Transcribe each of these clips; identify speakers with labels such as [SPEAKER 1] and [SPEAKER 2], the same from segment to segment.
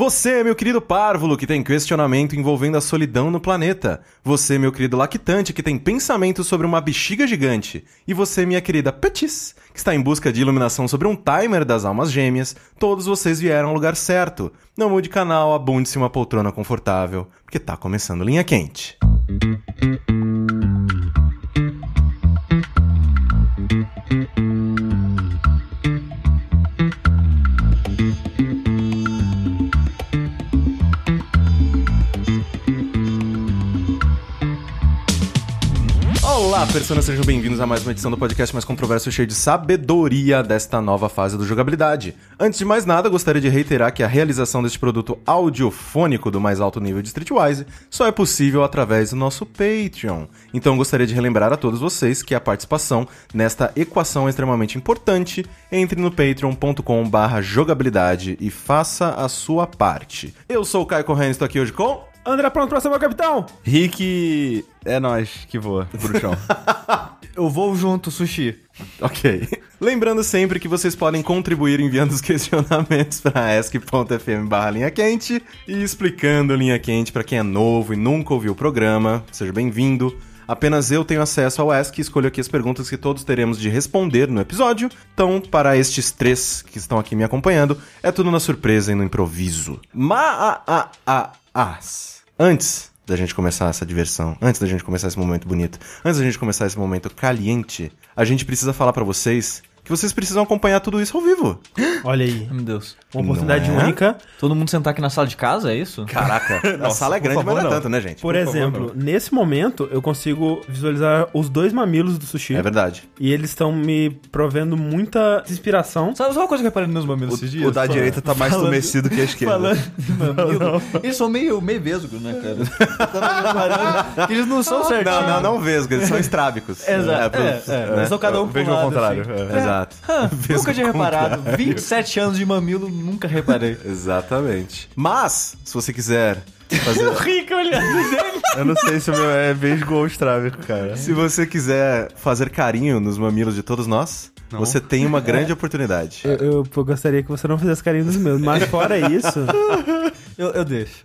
[SPEAKER 1] Você, meu querido párvulo, que tem questionamento envolvendo a solidão no planeta. Você, meu querido lactante, que tem pensamento sobre uma bexiga gigante. E você, minha querida Petis, que está em busca de iluminação sobre um timer das almas gêmeas. Todos vocês vieram ao lugar certo. Não mude canal, abunde-se uma poltrona confortável, porque tá começando linha quente. Olá, pessoas, sejam bem-vindos a mais uma edição do podcast mais controverso e cheio de sabedoria desta nova fase do jogabilidade. Antes de mais nada, gostaria de reiterar que a realização deste produto audiofônico do mais alto nível de Streetwise só é possível através do nosso Patreon. Então gostaria de relembrar a todos vocês que a participação nesta equação é extremamente importante. Entre no patreon.com/barra jogabilidade e faça a sua parte. Eu sou o Caio Corrêa e estou aqui hoje com.
[SPEAKER 2] André, pronto pra meu capitão?
[SPEAKER 3] Rick é nós que voa pro chão. Eu vou junto, sushi.
[SPEAKER 1] Ok. Lembrando sempre que vocês podem contribuir enviando os questionamentos para ask.fm barra linha quente e explicando linha quente para quem é novo e nunca ouviu o programa. Seja bem-vindo. Apenas eu tenho acesso ao Ask e escolho aqui as perguntas que todos teremos de responder no episódio. Então, para estes três que estão aqui me acompanhando, é tudo na surpresa e no improviso. Ma a a a as. Antes da gente começar essa diversão, antes da gente começar esse momento bonito, antes da gente começar esse momento caliente, a gente precisa falar pra vocês que vocês precisam acompanhar tudo isso ao vivo.
[SPEAKER 2] Olha aí,
[SPEAKER 3] Meu Deus.
[SPEAKER 2] uma oportunidade
[SPEAKER 1] Não é?
[SPEAKER 2] única.
[SPEAKER 3] Todo mundo sentar aqui na sala de casa, é isso?
[SPEAKER 1] Caraca, a sala é grande,
[SPEAKER 3] por favor,
[SPEAKER 1] mas não é
[SPEAKER 3] não.
[SPEAKER 1] tanto, né, gente?
[SPEAKER 2] Por exemplo, nesse momento eu consigo visualizar os dois mamilos do sushi.
[SPEAKER 1] É verdade.
[SPEAKER 2] e eles estão me provendo muita inspiração.
[SPEAKER 3] Sabe só uma coisa que eu reparei nos meus mamilos esses dias?
[SPEAKER 4] O da
[SPEAKER 3] Só-
[SPEAKER 4] direita tá mais
[SPEAKER 3] falando-
[SPEAKER 4] tumecido que a esquerda.
[SPEAKER 3] Falando de mamilo, eles são meio, meio vesgo, né, cara? Eu tava reparando que eles não são certinhos.
[SPEAKER 1] Não, não, não vesgo, eles são estrábicos.
[SPEAKER 3] Exato,
[SPEAKER 1] pro-
[SPEAKER 3] é, é. Eles são cada um pro
[SPEAKER 4] Veja o
[SPEAKER 3] lado,
[SPEAKER 4] contrário.
[SPEAKER 3] assim.
[SPEAKER 4] é.
[SPEAKER 1] Exato.
[SPEAKER 3] Hã, nunca tinha
[SPEAKER 1] ao
[SPEAKER 3] reparado. 27 anos de mamilo, nunca reparei.
[SPEAKER 1] Exatamente. Mas, se você quiser fazer.
[SPEAKER 3] Rico olhando dele.
[SPEAKER 4] Eu não sei se o meu é vesgo ou estrábico, cara.
[SPEAKER 1] se você quiser fazer carinho nos mamilos de todos nós, você tem uma grande oportunidade.
[SPEAKER 2] Eu, eu- eu gostaria que você não fizesse carinho dos meus, mas fora isso,
[SPEAKER 3] Eu, eu deixo.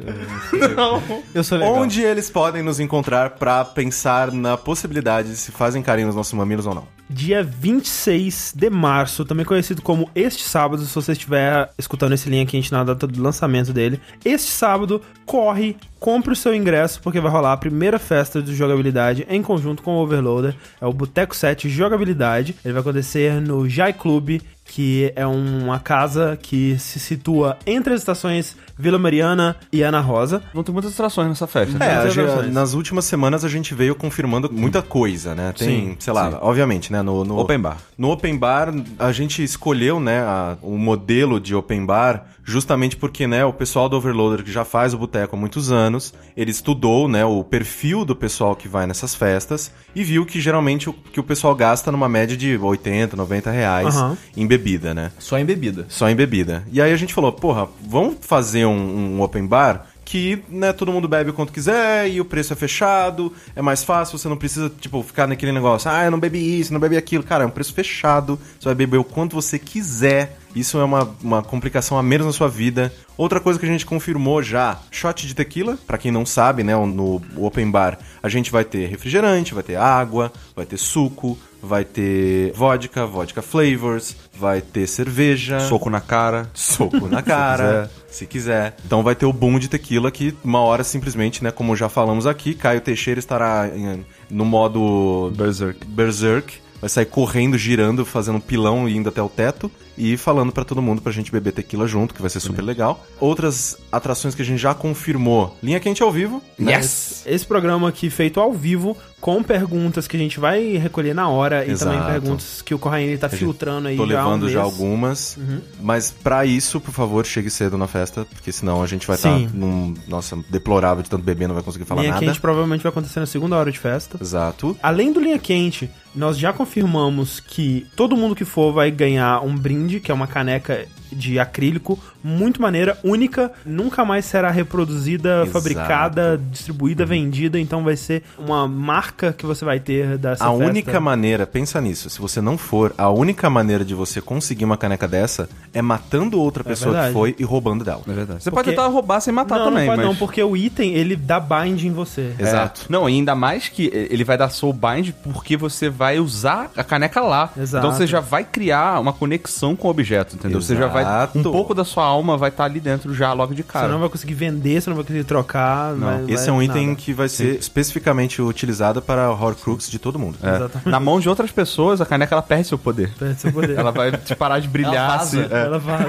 [SPEAKER 3] Eu, não. eu sou legal.
[SPEAKER 1] Onde eles podem nos encontrar pra pensar na possibilidade de se fazem carinho nos nossos mamilos ou não.
[SPEAKER 2] dia 26 de março, também conhecido como este sábado, se você estiver escutando esse link aqui na data do lançamento dele, este sábado, corre, compre o seu ingresso, porque vai rolar a primeira festa de jogabilidade em conjunto com o Overloader, é o Boteco 7 Jogabilidade, ele vai acontecer no Jai Clube, que é uma casa que se situa entre as estações Vila Mariana e Ana Rosa.
[SPEAKER 3] Vão ter muitas distrações nessa festa. né?
[SPEAKER 1] É, a
[SPEAKER 2] Muitas
[SPEAKER 1] gente-
[SPEAKER 2] versões.
[SPEAKER 1] nas últimas semanas a gente veio confirmando muita coisa, né? Tem, sei lá, obviamente, né? No, no-
[SPEAKER 3] Open bar.
[SPEAKER 1] No Open Bar, a gente escolheu, né, a- o modelo de Open Bar justamente porque, né, o pessoal do Overloader que já faz o boteco há muitos anos, ele estudou, né, o perfil do pessoal que vai nessas festas e viu que geralmente o que o pessoal gasta numa média de 80, 90 reais
[SPEAKER 2] Aham.
[SPEAKER 1] em bebida, né?
[SPEAKER 3] Só em bebida.
[SPEAKER 1] Só em bebida. E aí a gente falou, porra, vamos fazer um, um open bar que, né, todo mundo bebe o quanto quiser e o preço é fechado, é mais fácil, você não precisa, tipo, ficar naquele negócio, ah, eu não bebi isso, eu não bebi aquilo. Cara, é um preço fechado, você vai beber o quanto você quiser. Isso é uma, uma complicação a menos na sua vida. Outra coisa que a gente confirmou já, shot de tequila, pra quem não sabe, né, no open bar, a gente vai ter refrigerante, vai ter água, vai ter suco, vai ter vodka, vodka flavors, vai ter cerveja,
[SPEAKER 4] Soco na cara.
[SPEAKER 1] soco na cara, se quiser. Então vai ter o boom de tequila que uma hora simplesmente, né, como já falamos aqui, Caio Teixeira estará em- no modo
[SPEAKER 4] Berserk.
[SPEAKER 1] berserk, vai sair correndo, girando, fazendo um pilão e indo até o teto e falando pra todo mundo pra gente beber tequila junto, que vai ser super legal. Outras atrações que a gente já confirmou, linha quente ao vivo. né?
[SPEAKER 3] Yes!
[SPEAKER 2] Esse programa aqui feito ao vivo, com perguntas que a gente vai recolher na hora
[SPEAKER 1] Exato.
[SPEAKER 2] e também perguntas que o Corraine tá filtrando aí
[SPEAKER 1] Tô
[SPEAKER 2] já há um
[SPEAKER 1] levando já
[SPEAKER 2] mês. Uhum.
[SPEAKER 1] algumas. Mas pra isso, por favor, chegue cedo na festa, porque senão a gente vai estar
[SPEAKER 2] Sim.
[SPEAKER 1] num. Nossa, deplorável de tanto beber, não vai conseguir falar
[SPEAKER 2] Linha
[SPEAKER 1] nada.
[SPEAKER 2] quente provavelmente vai acontecer na segunda hora de festa.
[SPEAKER 1] Exato.
[SPEAKER 2] Além do linha quente, nós já confirmamos que todo mundo que for vai ganhar um brinde, que é uma caneca de acrílico muito maneira, única, nunca mais será reproduzida,
[SPEAKER 1] Exato. Uhum.
[SPEAKER 2] fabricada, distribuída, vendida, então vai ser uma marca que você vai ter dessa
[SPEAKER 1] A
[SPEAKER 2] festa. é-
[SPEAKER 1] única maneira, pensa nisso, se você não for, a única maneira de você conseguir uma caneca dessa é matando outra pessoa que
[SPEAKER 2] verdade.
[SPEAKER 1] foi e roubando dela.
[SPEAKER 4] É verdade. Você
[SPEAKER 2] Porque-
[SPEAKER 4] pode tentar roubar sem
[SPEAKER 3] Tá
[SPEAKER 4] matar
[SPEAKER 2] não,
[SPEAKER 4] também,
[SPEAKER 2] não pode
[SPEAKER 4] mas...
[SPEAKER 2] não, porque o item, ele dá bind em você.
[SPEAKER 1] É. Exato.
[SPEAKER 4] É. Não, e ainda mais que eh, ele vai dar soul bind porque você vai usar a caneca lá.
[SPEAKER 2] Exato.
[SPEAKER 4] Então você já vai criar uma conexão com o objeto, entendeu? Você já vai
[SPEAKER 1] Exato.
[SPEAKER 4] um pouco da sua alma vai estar ali dentro já logo de
[SPEAKER 2] Você
[SPEAKER 4] cara.
[SPEAKER 2] não vai conseguir vender, você não vai conseguir trocar. Não, vai,
[SPEAKER 1] Esse é
[SPEAKER 2] vai
[SPEAKER 1] um item
[SPEAKER 2] nada.
[SPEAKER 1] que vai ser especificamente utilizado para Horcrux de todo mundo.
[SPEAKER 4] É.
[SPEAKER 2] Exatamente.
[SPEAKER 4] Na mão de outras pessoas, a caneca ela perde seu poder.
[SPEAKER 2] Perde Tipo, é seu poder.
[SPEAKER 4] Ela vai te parar de brilhar,
[SPEAKER 3] Ela
[SPEAKER 4] assim.
[SPEAKER 3] vaza.
[SPEAKER 2] Ela vaza.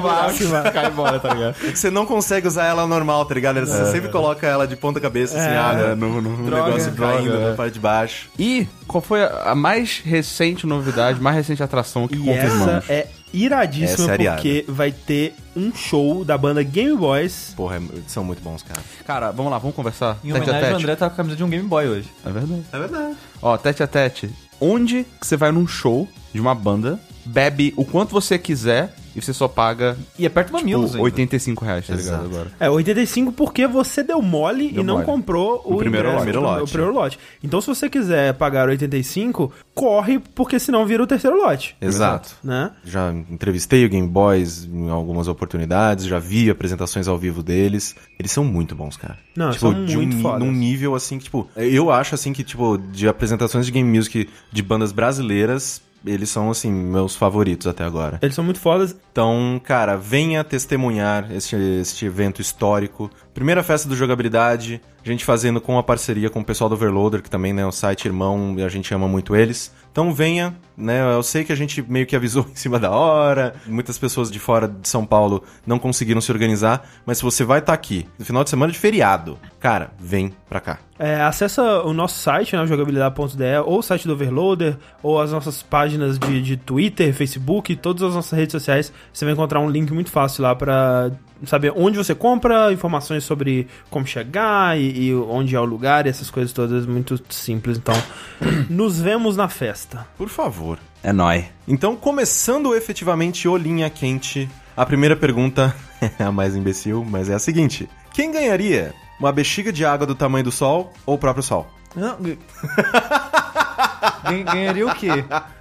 [SPEAKER 4] Vai cai embora, tá ligado?
[SPEAKER 1] É que Você não consegue usar ela normal, tá ligado? Você sempre coloca ela de ponta cabeça, assim, ah, no, no- no
[SPEAKER 4] Droga,
[SPEAKER 1] negócio né?
[SPEAKER 4] droga,
[SPEAKER 1] caindo
[SPEAKER 4] é.
[SPEAKER 1] na parte de baixo.
[SPEAKER 4] E qual foi a a mais recente novidade, mais recente atração que
[SPEAKER 2] E essa
[SPEAKER 4] confirmamos?
[SPEAKER 2] é iradíssima
[SPEAKER 1] Essa é ariada.
[SPEAKER 2] porque vai ter um show da banda Game Boys.
[SPEAKER 1] Porra, é- são muito bons, cara.
[SPEAKER 4] Cara, vamos lá, vamos conversar.
[SPEAKER 3] Em
[SPEAKER 4] tete a
[SPEAKER 3] homenagem, o
[SPEAKER 4] tete.
[SPEAKER 3] André tá com a camisa de um Game Boy hoje.
[SPEAKER 4] É verdade.
[SPEAKER 1] É verdade.
[SPEAKER 4] Ó, tete a tete. Onde que você vai num show de uma banda, bebe o quanto você quiser e você só paga
[SPEAKER 3] E é aperta o
[SPEAKER 4] tipo,
[SPEAKER 3] mamilos ainda.
[SPEAKER 4] 85 reais, tá ligado?
[SPEAKER 1] Exato.
[SPEAKER 4] Agora.
[SPEAKER 2] É, 85 porque você deu mole
[SPEAKER 4] Deu
[SPEAKER 2] e não
[SPEAKER 4] mole.
[SPEAKER 2] comprou o,
[SPEAKER 1] primeiro
[SPEAKER 2] ingresso,
[SPEAKER 1] primeiro
[SPEAKER 2] o
[SPEAKER 1] lote.
[SPEAKER 2] O primeiro lote. Então se você quiser pagar 85, corre porque senão vira o terceiro lote,
[SPEAKER 1] Exato.
[SPEAKER 2] né?
[SPEAKER 1] Já entrevistei o Game Boys em algumas oportunidades, já vi apresentações ao vivo deles. Eles são muito bons, cara.
[SPEAKER 2] Não,
[SPEAKER 1] tipo,
[SPEAKER 2] são
[SPEAKER 1] de um,
[SPEAKER 2] muito
[SPEAKER 1] ni-
[SPEAKER 2] fodas.
[SPEAKER 1] num nível assim que, tipo, eu acho assim que, tipo, de apresentações de game music de bandas brasileiras, eles são, assim, meus favoritos até agora.
[SPEAKER 2] Eles são muito fodas.
[SPEAKER 1] Então, cara, venha testemunhar este, este evento histórico. Primeira festa do jogabilidade, a gente fazendo com a parceria com o pessoal do Overloader, que também né, é um site irmão e a gente ama muito eles. Então venha, né? Eu sei que a gente meio que avisou em cima da hora, muitas pessoas de fora de São Paulo não conseguiram se organizar, mas se você vai estar aqui no final de semana de feriado, cara, vem pra cá.
[SPEAKER 2] É, acessa o nosso site, né, jogabilidade.de, ou o site do Overloader, ou as nossas páginas de, de Twitter, Facebook, todas as nossas redes sociais. Você vai encontrar um link muito fácil lá pra saber onde você compra, informações sobre como chegar e, e onde é o lugar, e essas coisas todas muito simples. Então, nos vemos na festa.
[SPEAKER 1] Por favor.
[SPEAKER 4] É nóis.
[SPEAKER 1] Então, começando efetivamente o Linha Quente, a primeira pergunta é a mais imbecil, mas é a seguinte: Quem ganharia? Uma bexiga de água do tamanho do sol ou o próprio sol?
[SPEAKER 3] Não. gan- Gan- Ganharia o quê?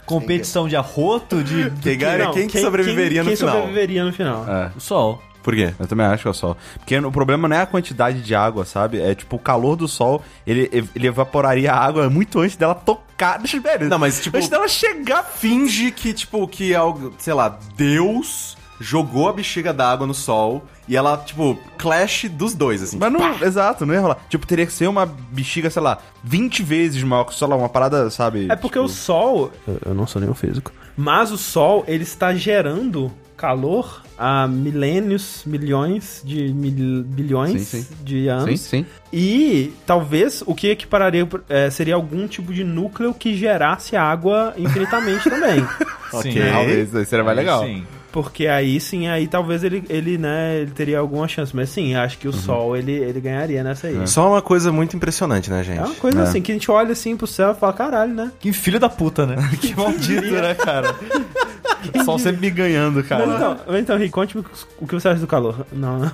[SPEAKER 3] Competição de arroto, de...
[SPEAKER 1] Quem, ganha,
[SPEAKER 2] Não,
[SPEAKER 1] quem, que sobreviveria
[SPEAKER 2] quem
[SPEAKER 1] no final?
[SPEAKER 2] sobreviveria no final.
[SPEAKER 4] É.
[SPEAKER 3] O sol.
[SPEAKER 1] Por quê?
[SPEAKER 4] Eu também acho que é o sol. Porque o problema não é a quantidade de água, sabe? É tipo o calor do sol, ele, ele evaporaria a água muito antes dela tocar. Deixa eu ver.
[SPEAKER 1] Não, mas, tipo-
[SPEAKER 4] Antes dela chegar.
[SPEAKER 1] Finge que, tipo, que algo, sei lá, Deus jogou a bexiga d'água no sol e ela, tipo, clash dos dois, assim.
[SPEAKER 4] Mas não. Exato, não ia rolar. Tipo, teria que ser uma bexiga, sei lá, 20 vezes maior que o sol, uma parada, sabe? Tipo,
[SPEAKER 2] É porque o Sol. eu- Eu não sou nenhum físico. Mas o Sol, ele está gerando calor há milênios, milhões de mil, bilhões
[SPEAKER 4] Sim, sim.
[SPEAKER 2] de anos.
[SPEAKER 4] sim.
[SPEAKER 2] E talvez o que equipararia eh, seria algum tipo de núcleo que gerasse água infinitamente também.
[SPEAKER 1] Ok.
[SPEAKER 3] Sim.
[SPEAKER 4] Talvez, isso É, aí seria mais
[SPEAKER 3] Aí
[SPEAKER 4] legal.
[SPEAKER 3] Sim.
[SPEAKER 2] Porque aí sim, aí talvez ele, ele, né, ele teria alguma chance. Mas sim, acho que o Sol ele, ele ganharia nessa aí.
[SPEAKER 1] Só uma coisa muito impressionante, né, gente?
[SPEAKER 2] É uma coisa
[SPEAKER 4] É.
[SPEAKER 2] assim que a gente olha assim pro céu e fala, caralho, né?
[SPEAKER 3] Que filho da puta, né?
[SPEAKER 4] Que maldito, né, cara? Sol sempre me ganhando, cara.
[SPEAKER 2] Mas então, mas então Rick, conte-me o que você acha do calor. Não, não.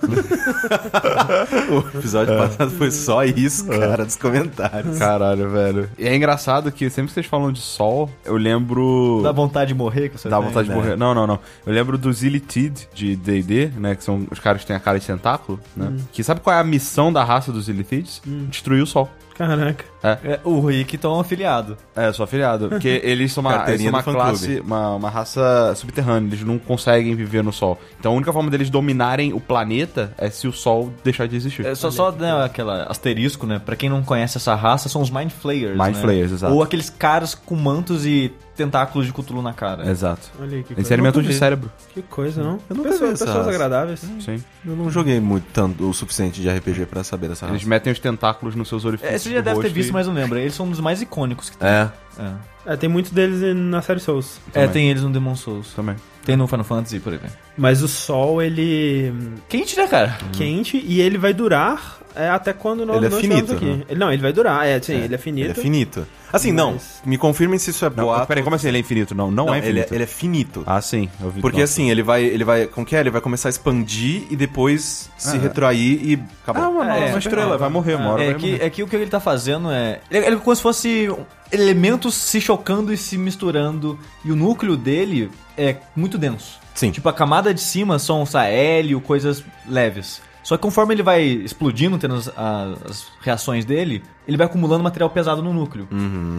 [SPEAKER 1] O episódio passado foi só isso, cara, dos comentários.
[SPEAKER 4] Caralho, velho. E é engraçado que sempre que vocês falam de sol, eu lembro.
[SPEAKER 3] Dá vontade de morrer que você
[SPEAKER 4] Dá
[SPEAKER 3] tem,
[SPEAKER 4] vontade
[SPEAKER 3] né?
[SPEAKER 4] de morrer. Não, não, não. Eu lembro dos Illitid de D&D, né? Que são os caras que têm a cara de tentáculo, né?
[SPEAKER 3] Hum.
[SPEAKER 4] Que sabe qual é a missão da raça dos Illitids? Destruir o sol.
[SPEAKER 2] Caraca.
[SPEAKER 3] É, o Rick então é um afiliado.
[SPEAKER 4] É, sou afiliado. Porque eles são uma, eles
[SPEAKER 1] Carteirinha
[SPEAKER 4] são uma
[SPEAKER 1] do fã-clube.
[SPEAKER 4] classe, uma, uma raça subterrânea. Eles não conseguem viver no sol. Então a única forma deles dominarem o planeta é se o sol deixar de existir.
[SPEAKER 3] É, só só né, aquela asterisco, né? Pra quem não conhece essa raça, são os Mind Flayers.
[SPEAKER 4] Mind
[SPEAKER 3] né?
[SPEAKER 4] Flayers, exato.
[SPEAKER 3] Ou aqueles caras com mantos e tentáculos de cutulo na cara.
[SPEAKER 4] Exato.
[SPEAKER 2] Olha aí que
[SPEAKER 4] Eles
[SPEAKER 2] coisa.
[SPEAKER 4] se alimentam de cérebro.
[SPEAKER 2] Que coisa, não?
[SPEAKER 1] Eu nunca vi
[SPEAKER 2] pessoas,
[SPEAKER 1] essa
[SPEAKER 2] pessoas
[SPEAKER 1] raça.
[SPEAKER 2] agradáveis.
[SPEAKER 4] Sim.
[SPEAKER 1] Eu não joguei muito tanto o suficiente de RPG pra saber dessa
[SPEAKER 4] Eles
[SPEAKER 1] raça.
[SPEAKER 4] metem os tentáculos nos seus orifícios.
[SPEAKER 3] Tá. É, você já
[SPEAKER 4] do
[SPEAKER 3] deve ter
[SPEAKER 4] rosto
[SPEAKER 3] visto,
[SPEAKER 4] e-
[SPEAKER 3] mas não lembra. Eles são um dos mais icônicos que tem.
[SPEAKER 1] É.
[SPEAKER 3] É,
[SPEAKER 2] É, tem muitos deles na série Souls.
[SPEAKER 3] É,
[SPEAKER 4] Também.
[SPEAKER 3] tem eles no Demon Souls.
[SPEAKER 4] Também.
[SPEAKER 3] Tem no Final Fantasy, por exemplo.
[SPEAKER 2] Mas o sol, ele hum,
[SPEAKER 3] Quente, né, cara?
[SPEAKER 2] quente e ele vai durar é até quando nós
[SPEAKER 1] Ele é
[SPEAKER 2] não
[SPEAKER 1] finito,
[SPEAKER 2] estamos
[SPEAKER 1] né?
[SPEAKER 2] aqui. Ele- Não, ele vai durar, é, sim, ele é finito.
[SPEAKER 1] Ele é finito. Assim,
[SPEAKER 2] Mas-
[SPEAKER 1] não, me confirmem se isso é
[SPEAKER 4] Não,
[SPEAKER 1] boato.
[SPEAKER 4] peraí, como assim? Ele é infinito? Não, não,
[SPEAKER 1] Não,
[SPEAKER 4] é
[SPEAKER 1] ele,
[SPEAKER 4] infinito.
[SPEAKER 1] ele é finito.
[SPEAKER 4] Ah, sim. eu vi-
[SPEAKER 1] Porque
[SPEAKER 4] não.
[SPEAKER 1] assim, ele vai, ele vai, como que é? Ele vai começar a expandir e depois se retrair e acabou.
[SPEAKER 4] Ah, mano,
[SPEAKER 3] É,
[SPEAKER 4] é,
[SPEAKER 3] é
[SPEAKER 4] uma estrela, vai morrer uma hora.
[SPEAKER 3] É
[SPEAKER 4] vai
[SPEAKER 3] que,
[SPEAKER 4] morrer.
[SPEAKER 3] é que o que ele tá fazendo é. Ele, ele é como se fosse elementos se chocando e se misturando. E o núcleo dele é muito denso.
[SPEAKER 1] Sim.
[SPEAKER 3] Tipo, a camada de cima são sei lá, hélio, coisas leves. Só que conforme ele vai explodindo, tendo as, a- as reações dele, ele vai acumulando material pesado no núcleo.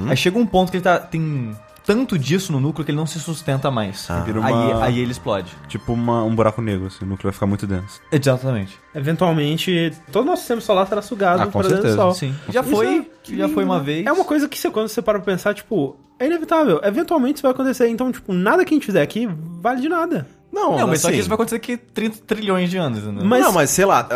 [SPEAKER 3] Aí chega um ponto que ele tá, tem tanto disso no núcleo que ele não se sustenta mais.
[SPEAKER 4] Vira
[SPEAKER 3] Aí,
[SPEAKER 4] uma-
[SPEAKER 3] aí ele explode.
[SPEAKER 4] Tipo uma- um buraco negro, assim, o núcleo vai ficar muito denso.
[SPEAKER 3] Exatamente.
[SPEAKER 2] Eventualmente, todo nosso sistema solar será sugado
[SPEAKER 4] Ah, com
[SPEAKER 2] pra dentro do
[SPEAKER 4] certeza,
[SPEAKER 2] Sol.
[SPEAKER 3] Sim. Já
[SPEAKER 2] Isso
[SPEAKER 3] foi,
[SPEAKER 2] é-
[SPEAKER 3] já foi uma vez.
[SPEAKER 2] É uma coisa que você, quando você para pra pensar, tipo, é inevitável. Eventualmente isso vai acontecer. Então, tipo, nada que a gente fizer aqui vale de nada.
[SPEAKER 1] Não,
[SPEAKER 3] Não, mas só que
[SPEAKER 1] assim,
[SPEAKER 3] isso vai acontecer daqui a 30 trilhões de anos, né?
[SPEAKER 2] Mas-
[SPEAKER 1] Não, mas sei lá,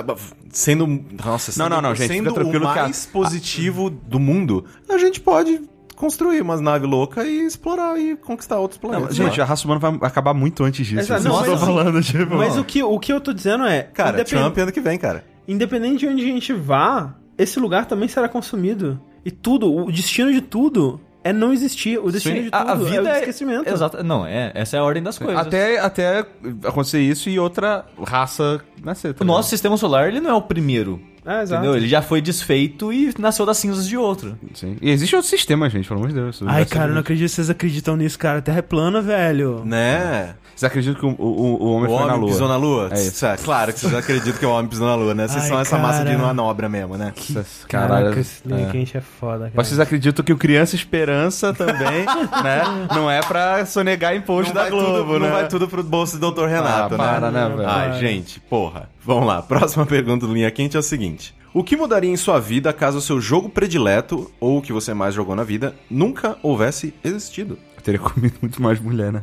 [SPEAKER 1] sendo, nossa, sendo,
[SPEAKER 4] não, não, gente,
[SPEAKER 1] sendo
[SPEAKER 4] fica
[SPEAKER 1] o
[SPEAKER 4] tranquilo que a-
[SPEAKER 1] mais positivo do mundo, a gente pode construir umas naves loucas e explorar e conquistar outros planetas.
[SPEAKER 4] gente,
[SPEAKER 1] né?
[SPEAKER 4] a raça humana vai acabar muito antes disso.
[SPEAKER 2] Exato,
[SPEAKER 4] isso
[SPEAKER 2] não,
[SPEAKER 4] que eu tô
[SPEAKER 2] mas-
[SPEAKER 4] falando, tipo.
[SPEAKER 2] Mas o que, o que eu tô dizendo é.
[SPEAKER 1] cara,
[SPEAKER 2] independ-
[SPEAKER 1] Trump ano que vem, cara.
[SPEAKER 2] Independente de onde a gente vá, esse lugar também será consumido. E tudo, o destino de tudo é não existir. O destino de
[SPEAKER 3] a,
[SPEAKER 2] tudo
[SPEAKER 3] a vida
[SPEAKER 2] é o esquecimento.
[SPEAKER 3] Exato. Não, é, essa é a ordem das coisas.
[SPEAKER 4] Até, até acontecer isso e outra raça nascer. tá
[SPEAKER 3] o nosso sistema solar, ele não é o primeiro.
[SPEAKER 2] É, exato.
[SPEAKER 3] Entendeu? Ele já foi desfeito e nasceu das cinzas de outro.
[SPEAKER 4] ligado? Sim. E existe outro sistema, gente, pelo amor de Deus.
[SPEAKER 2] Ai, cara, eu não acredito que vocês acreditam nisso, cara. A Terra é plana, velho.
[SPEAKER 1] Né?
[SPEAKER 4] Vocês acreditam que o, o- o homem
[SPEAKER 1] O
[SPEAKER 4] foi na
[SPEAKER 1] homem
[SPEAKER 4] lua?
[SPEAKER 1] pisou na lua?
[SPEAKER 4] É isso.
[SPEAKER 1] Isso, é, claro que vocês acreditam que o homem pisou na lua, né? Vocês
[SPEAKER 2] Ai,
[SPEAKER 1] são essa massa de
[SPEAKER 2] cara.
[SPEAKER 1] manobra mesmo, né?
[SPEAKER 4] Nossa,
[SPEAKER 2] Caraca,
[SPEAKER 4] Caralho.
[SPEAKER 2] esse link quente é foda,
[SPEAKER 4] Mas
[SPEAKER 2] cara.
[SPEAKER 4] vocês acreditam que o Criança Esperança também, né? Não é pra sonegar imposto da
[SPEAKER 1] vai
[SPEAKER 4] Globo,
[SPEAKER 1] tudo,
[SPEAKER 4] né?
[SPEAKER 1] não vai tudo pro bolso do Dr. Renato,
[SPEAKER 4] Ah, para,
[SPEAKER 1] né?
[SPEAKER 4] né, velho?
[SPEAKER 1] Ai, gente, porra. Vamos lá, próxima pergunta do Linha Quente é a seguinte. O que mudaria em sua vida caso o seu jogo predileto, ou o que você mais jogou na vida, nunca houvesse existido?
[SPEAKER 4] Eu teria comido muito mais mulher, né?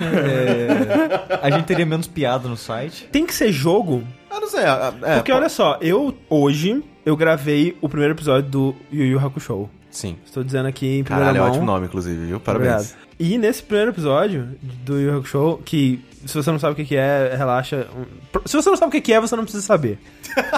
[SPEAKER 3] É, a gente teria menos piada no site.
[SPEAKER 2] Tem que ser jogo
[SPEAKER 1] Ah, não sei. a- a- É,
[SPEAKER 2] Porque
[SPEAKER 1] pô-
[SPEAKER 2] olha só, eu hoje eu gravei o primeiro episódio do Yu Yu Hakusho.
[SPEAKER 1] Sim.
[SPEAKER 2] Estou dizendo aqui em primeira
[SPEAKER 1] Caralho, é
[SPEAKER 2] mão.
[SPEAKER 1] ótimo nome, inclusive, viu? Parabéns.
[SPEAKER 2] Obrigado. E nesse primeiro episódio do Yu Yu Hakusho, que se você não sabe o que que é, relaxa. Se você não sabe o que que é, você não precisa saber.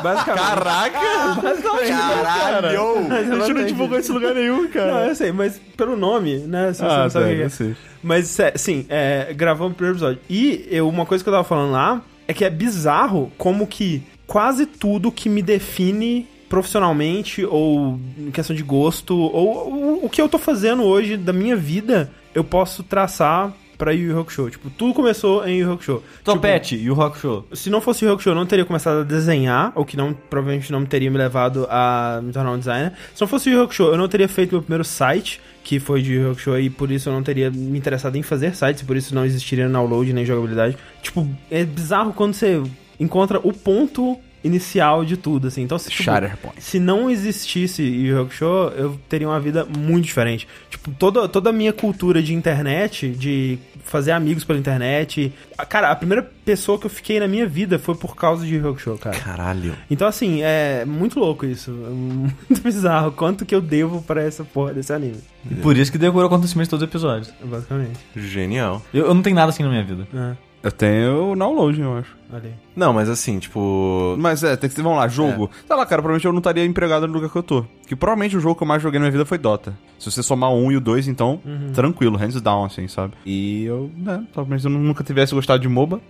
[SPEAKER 2] Basicamente.
[SPEAKER 4] Caraca!
[SPEAKER 2] Mas eu
[SPEAKER 4] Caralho! A gente não
[SPEAKER 2] entendi.
[SPEAKER 4] divulgou esse lugar nenhum,
[SPEAKER 2] Não,
[SPEAKER 4] cara.
[SPEAKER 2] eu sei, mas pelo nome, né? Se você
[SPEAKER 4] Ah,
[SPEAKER 2] não sabe o que que é. Mas, sé- sim, é, gravamos o primeiro episódio. E eu, uma coisa que eu tava falando lá é que é bizarro como que quase tudo que me define profissionalmente ou em questão de gosto ou, o- o que eu tô fazendo hoje da minha vida, eu posso traçar pra Yu Yu Hakusho. Tipo, tudo começou em Yu Yu Hakusho.
[SPEAKER 3] Topete
[SPEAKER 2] Tipo-
[SPEAKER 3] e o Rock Show.
[SPEAKER 2] Se não fosse o Rock Show, eu não teria começado a desenhar, o que não, provavelmente não teria me levado a me tornar um designer. Se não fosse o Rock Show, eu não teria feito meu primeiro site, que foi de Rock Show, e por isso eu não teria me interessado em fazer sites, e por isso não existiria download nem jogabilidade. Tipo, é bizarro quando você encontra o ponto inicial de tudo, assim. Então, se, tipo,
[SPEAKER 4] Shatterpoint.
[SPEAKER 2] se não existisse Yu Yu Hakusho, eu teria uma vida muito diferente. Tipo, toda, toda a minha cultura de internet, de fazer amigos pela internet. a- Cara, a primeira pessoa que eu fiquei na minha vida foi por causa de Yu Yu Hakusho, cara.
[SPEAKER 1] Caralho.
[SPEAKER 2] Então, assim, é muito louco isso. É muito bizarro. Quanto que eu devo pra essa porra desse anime,
[SPEAKER 3] E por isso que decorou acontecimentos de todos os episódios.
[SPEAKER 2] basicamente.
[SPEAKER 1] Genial.
[SPEAKER 3] Eu, eu não tenho nada assim na minha vida.
[SPEAKER 2] É,
[SPEAKER 4] Eu tenho o download, eu acho.
[SPEAKER 2] olha aí.
[SPEAKER 1] Não, mas assim, tipo...
[SPEAKER 4] Mas é, tem que ser, vamos lá, jogo. Sei lá, cara, provavelmente eu não estaria empregado no lugar que eu tô. Que provavelmente o jogo que eu mais joguei na minha vida foi Dota. Se você somar o um e o dois, então, tranquilo, hands down, assim, sabe? E eu, né, talvez eu nunca tivesse gostado de MOBA.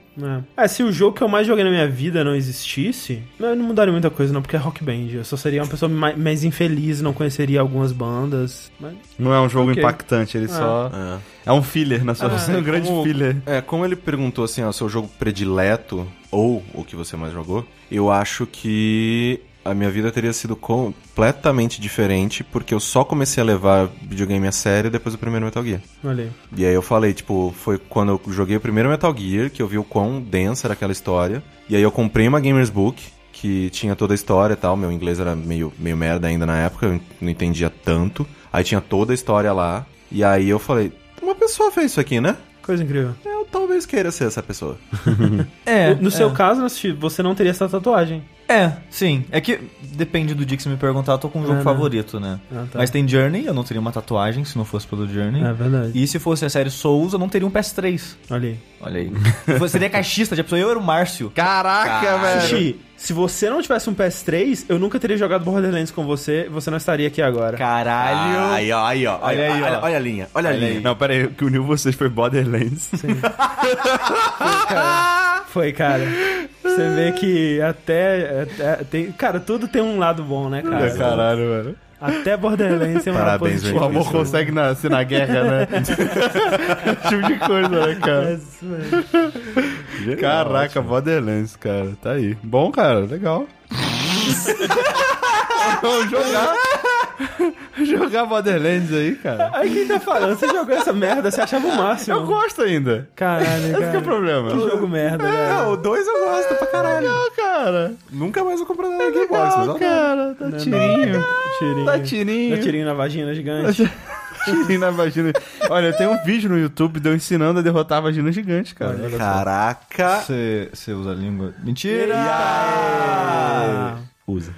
[SPEAKER 2] É. É, se o jogo que eu mais joguei na minha vida não existisse, eu não mudaria muita coisa, não, porque é rock band. Eu só seria uma pessoa mais, mais infeliz, não conheceria algumas bandas. Mas
[SPEAKER 4] Não é um jogo
[SPEAKER 2] Ok.
[SPEAKER 4] impactante, ele só.
[SPEAKER 1] é.
[SPEAKER 4] É um filler na sua
[SPEAKER 2] Ah,
[SPEAKER 4] vida. É um grande
[SPEAKER 1] como-
[SPEAKER 4] filler.
[SPEAKER 1] É, como ele perguntou assim, ó, seu jogo predileto ou o que você mais jogou, eu acho que a minha vida teria sido completamente diferente porque eu só comecei a levar videogame a sério depois do primeiro Metal Gear.
[SPEAKER 2] olha aí.
[SPEAKER 1] E aí eu falei, tipo, foi quando eu joguei o primeiro Metal Gear que eu vi o quão densa era aquela história. E aí eu comprei uma Gamers Book que tinha toda a história e tal. Meu inglês era meio, meio merda ainda na época, eu não entendia tanto. Aí tinha toda a história lá. E aí eu falei, uma pessoa fez isso aqui, né?
[SPEAKER 2] Coisa incrível.
[SPEAKER 1] Eu talvez queira ser essa pessoa.
[SPEAKER 3] É.
[SPEAKER 2] no seu caso, Nasty, você não teria essa tatuagem.
[SPEAKER 3] É, sim. É que depende do dia que você me perguntar, eu tô com um jogo
[SPEAKER 2] né?
[SPEAKER 3] favorito, né?
[SPEAKER 2] Ah, tá.
[SPEAKER 3] Mas tem Journey, eu não teria uma tatuagem se não fosse pelo Journey.
[SPEAKER 2] É verdade.
[SPEAKER 3] E se fosse a série Souls, eu não teria um PS3.
[SPEAKER 2] Olha aí.
[SPEAKER 3] Olha aí. Você seria caixista, já pensou? Eu era o Márcio.
[SPEAKER 4] Caraca, velho.
[SPEAKER 2] Xixi, se você não tivesse um PS3, eu nunca teria jogado Borderlands com você e você não estaria aqui agora.
[SPEAKER 3] Caralho.
[SPEAKER 1] Aí, ó, aí, ó.
[SPEAKER 3] Olha aí, ó.
[SPEAKER 1] olha, olha a linha, olha, a
[SPEAKER 3] Olha
[SPEAKER 1] linha.
[SPEAKER 4] Não, pera aí, o que uniu vocês foi Borderlands.
[SPEAKER 2] Foi, cara. Você vê que até, até- tem, cara, tudo tem um lado bom, né, cara?
[SPEAKER 4] É, Caralho, velho.
[SPEAKER 2] Até Borderlands tem um lado
[SPEAKER 1] Parabéns,
[SPEAKER 2] positivo.
[SPEAKER 4] O amor consegue nascer na guerra, né? Esse tipo de coisa, né, cara?
[SPEAKER 2] Mas, velho,
[SPEAKER 4] Caraca, Borderlands, cara. Tá aí. Bom, cara, legal. Vamos jogar. Jogar Borderlands aí, cara.
[SPEAKER 2] Aí quem tá falando? Você jogou essa merda, você achava o máximo.
[SPEAKER 4] Eu gosto ainda.
[SPEAKER 2] Caralho,
[SPEAKER 4] Esse que é o
[SPEAKER 2] cara.
[SPEAKER 4] problema. É,
[SPEAKER 2] Que jogo merda, né? velho.
[SPEAKER 1] o 2 eu gosto pra caralho.
[SPEAKER 4] Legal, cara. É
[SPEAKER 1] Nunca mais vou comprar nada no Xbox, mas
[SPEAKER 4] Legal,
[SPEAKER 1] olha.
[SPEAKER 4] cara. Tá tirinho.
[SPEAKER 2] Tirinho.
[SPEAKER 4] Tá tirinho.
[SPEAKER 2] Dá tirinho na vagina gigante.
[SPEAKER 4] Tirinho na vagina. Olha, tem um vídeo no YouTube de eu ensinando a derrotar a vagina gigante, cara. Olha só.
[SPEAKER 1] Caraca.
[SPEAKER 3] Você, você usa a língua. Mentira!
[SPEAKER 4] Usa.